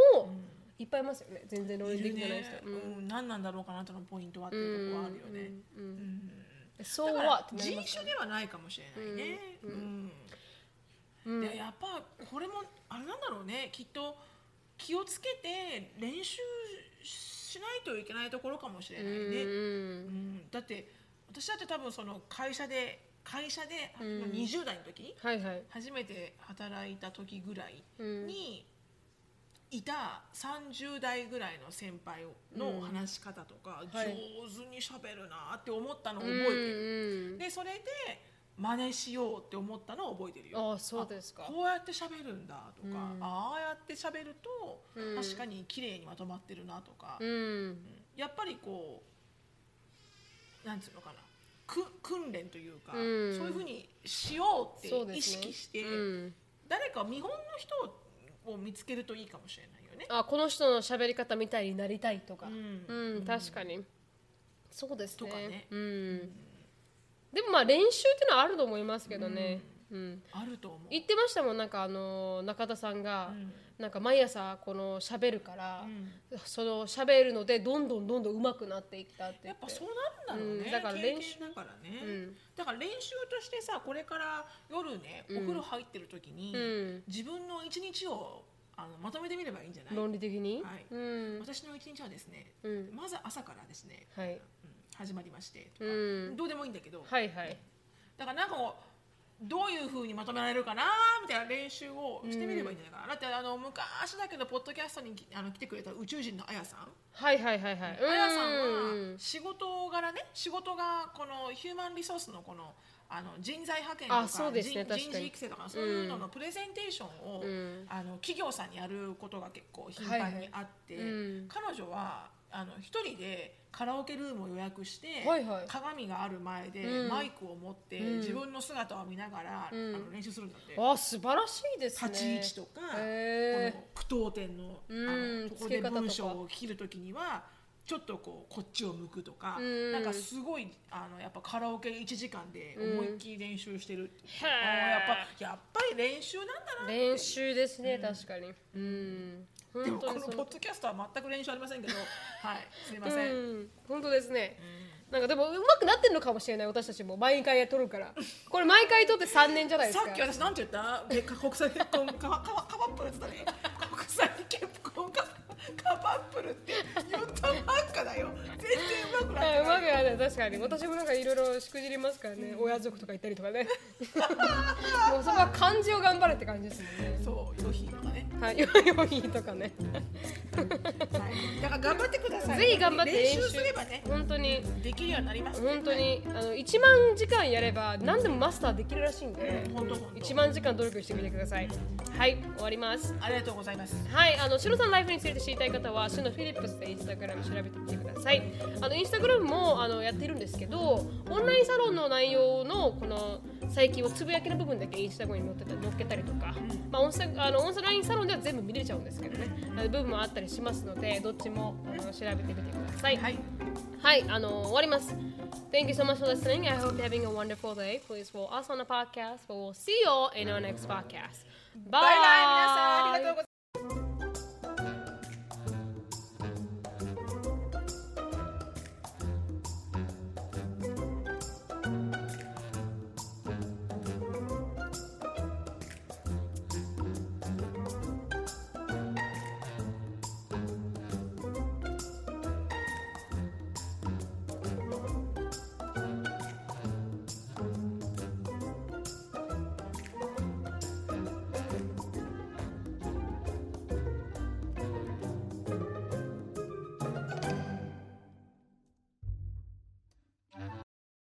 A: いっぱいいますよね全然論理
B: いる
A: 的じゃない
B: ね
A: 人。
B: う
A: うん
B: ん、何なんだろうかなとのポイントはっていうところはあるよね。
A: うん
B: うん
A: そう
B: だか
A: は
B: ら
A: ってなり
B: 人
A: ます
B: 種ではないかもしれないね。うん
A: うん
B: でやっぱこれもあれなんだろうね。きっと気をつけて練習しないといけないところかもしれないね。
A: う
B: うんんだって私だって多分その会社で会社で
A: ん
B: 20代の時
A: はいはい。
B: 初めて働いた時ぐらい
A: うん
B: にいた30代ぐらいの先輩の話し方とか上
A: はい
B: 手にしゃべるなって思ったのを
A: う
B: 覚えてる、
A: ん
B: でそれで真似しようって思ったのを覚えてるよ
A: ああそうですか
B: あこうやってしゃべるんだとか、
A: うん
B: ああやってしゃべると
A: うん
B: 確かに綺麗にまとまってるなとか、
A: うん
B: やっぱりこうなんつうのかなく訓練というか、
A: うん
B: そういうふうにしよう
A: そう
B: っ
A: です
B: て
A: ね
B: 意識して、
A: うん
B: 誰か見本の人を見つけるといいかもしれないよね。
A: あこの人の喋り方みたいになりたいとか、
B: う
A: うんん確かにそうですね
B: とかね
A: うん、でもまあ練習っていうのはあると思いますけどね、うん
B: あると思う。
A: 言ってましたもんなんかあの中田さんが、なんか毎朝この喋るから、その喋るのでどんどんどんどん上手くなっていったって言
B: やってぱそうなるんだろうね。
A: うんだから
B: 経
A: 練習
B: 験だからね、
A: うん
B: だから練習としてさ、これから夜ね、お風呂入ってる時に、
A: うん
B: 自分の一日をあのまとめてみればいいんじゃない？
A: 論理的に、
B: はい
A: うん
B: 私の一日はですね、
A: うん
B: まず朝からですね、
A: はい
B: うん始まりましてとか、
A: うん
B: どうでもいいんだけど、
A: はいはい
B: だからなんかこうどういうふうにまとめられるかなみたいな練習をしてみればいいんじゃないかな、だってあの昔だけどポッドキャストにきあの来てくれた宇宙人のあやさん、
A: はいはいはいはい。
B: あやさん
A: う
B: は
A: ん
B: 仕事柄ね仕事がこのヒューマンリソースのこのあの人材派遣と
A: あそ
B: か
A: うですね
B: 人
A: 確
B: 人
A: か
B: 事
A: に
B: 育成とかそういうののプレゼンテーションを、
A: うん
B: あの企業さんにやることが結構頻繁にあって、
A: はいはいうん
B: 彼女はあの一人でカラオケルームを予約して、
A: はいはい
B: 鏡がある前で
A: うん
B: マイクを持って、
A: うん
B: 自分の姿を見ながら、
A: ん
B: あの練習するんだって。
A: あ素晴らしいですね。
B: 立ち位置とか、
A: へー
B: この句読点の,、
A: うん
B: あのここ
A: つけ
B: で
A: 方とか
B: 文章を切るときにはちょっとこうこっちを向くとか、
A: うん
B: なんかすごいあのやっぱカラオケ1時間で思いっきり練習してるってい
A: う
B: う、
A: んへー
B: あーやっぱやっぱり練習なんだな
A: 練習ですね、確かにうん
B: で
A: 本
B: も
A: 当
B: こ
A: に
B: の
A: そ
B: ポ
A: の
B: ッドキャストは全く練習あり ませんけどはいすみま
A: う
B: せん、
A: ん本当ですね、なんかでもうまくなってるのかもしれない私たちも毎回撮る からこれ毎回撮って3年じゃないです
B: さ
A: か
B: っき私なんて言ったでか国際結婚カバカバカバップルって言ったね国際結婚カバカバップルって 言ったばっかだよ全然うまくなって
A: う
B: ない
A: まくやね確かに私もなんかいろいろしくじりますからね親族とか行ったりとかね もうそこは漢字を頑張れって感じですもんね
B: そうヨヒとか ね
A: はい、ヨヒとかね。
B: はいだから頑張ってください
A: ぜひ頑張って練習
B: 練習すればね
A: 本当に、
B: できるようになります
A: 本当に、あの一万時間やれば、何でもマスターできるらしいんで。
B: 本当本当
A: 一万時間努力してみてください。はい、終わります。
B: ありがとうございます
A: はい、あのシロさんライフについて知りたい方は、シのフィリップスでインスタグラム調べてみてください。あのインスタグラムもあのやってるんですけど、オンラインサロンの内容のこの最近をつぶやきの部分だけインスタグラムに載ってた載っけたりとか、まあオンスタあのオンラインサロンでは全部見れちゃうんですけどね、あの部分もあったりしますので、どっちもあの調べてみてください。
B: はい
A: はい、あの終わります。Thank you so much for listening. I hope you're having a wonderful day. Please follow us on the podcast. We will see you all in our next podcast. Bye.
B: バイバイ皆さんありがとうございます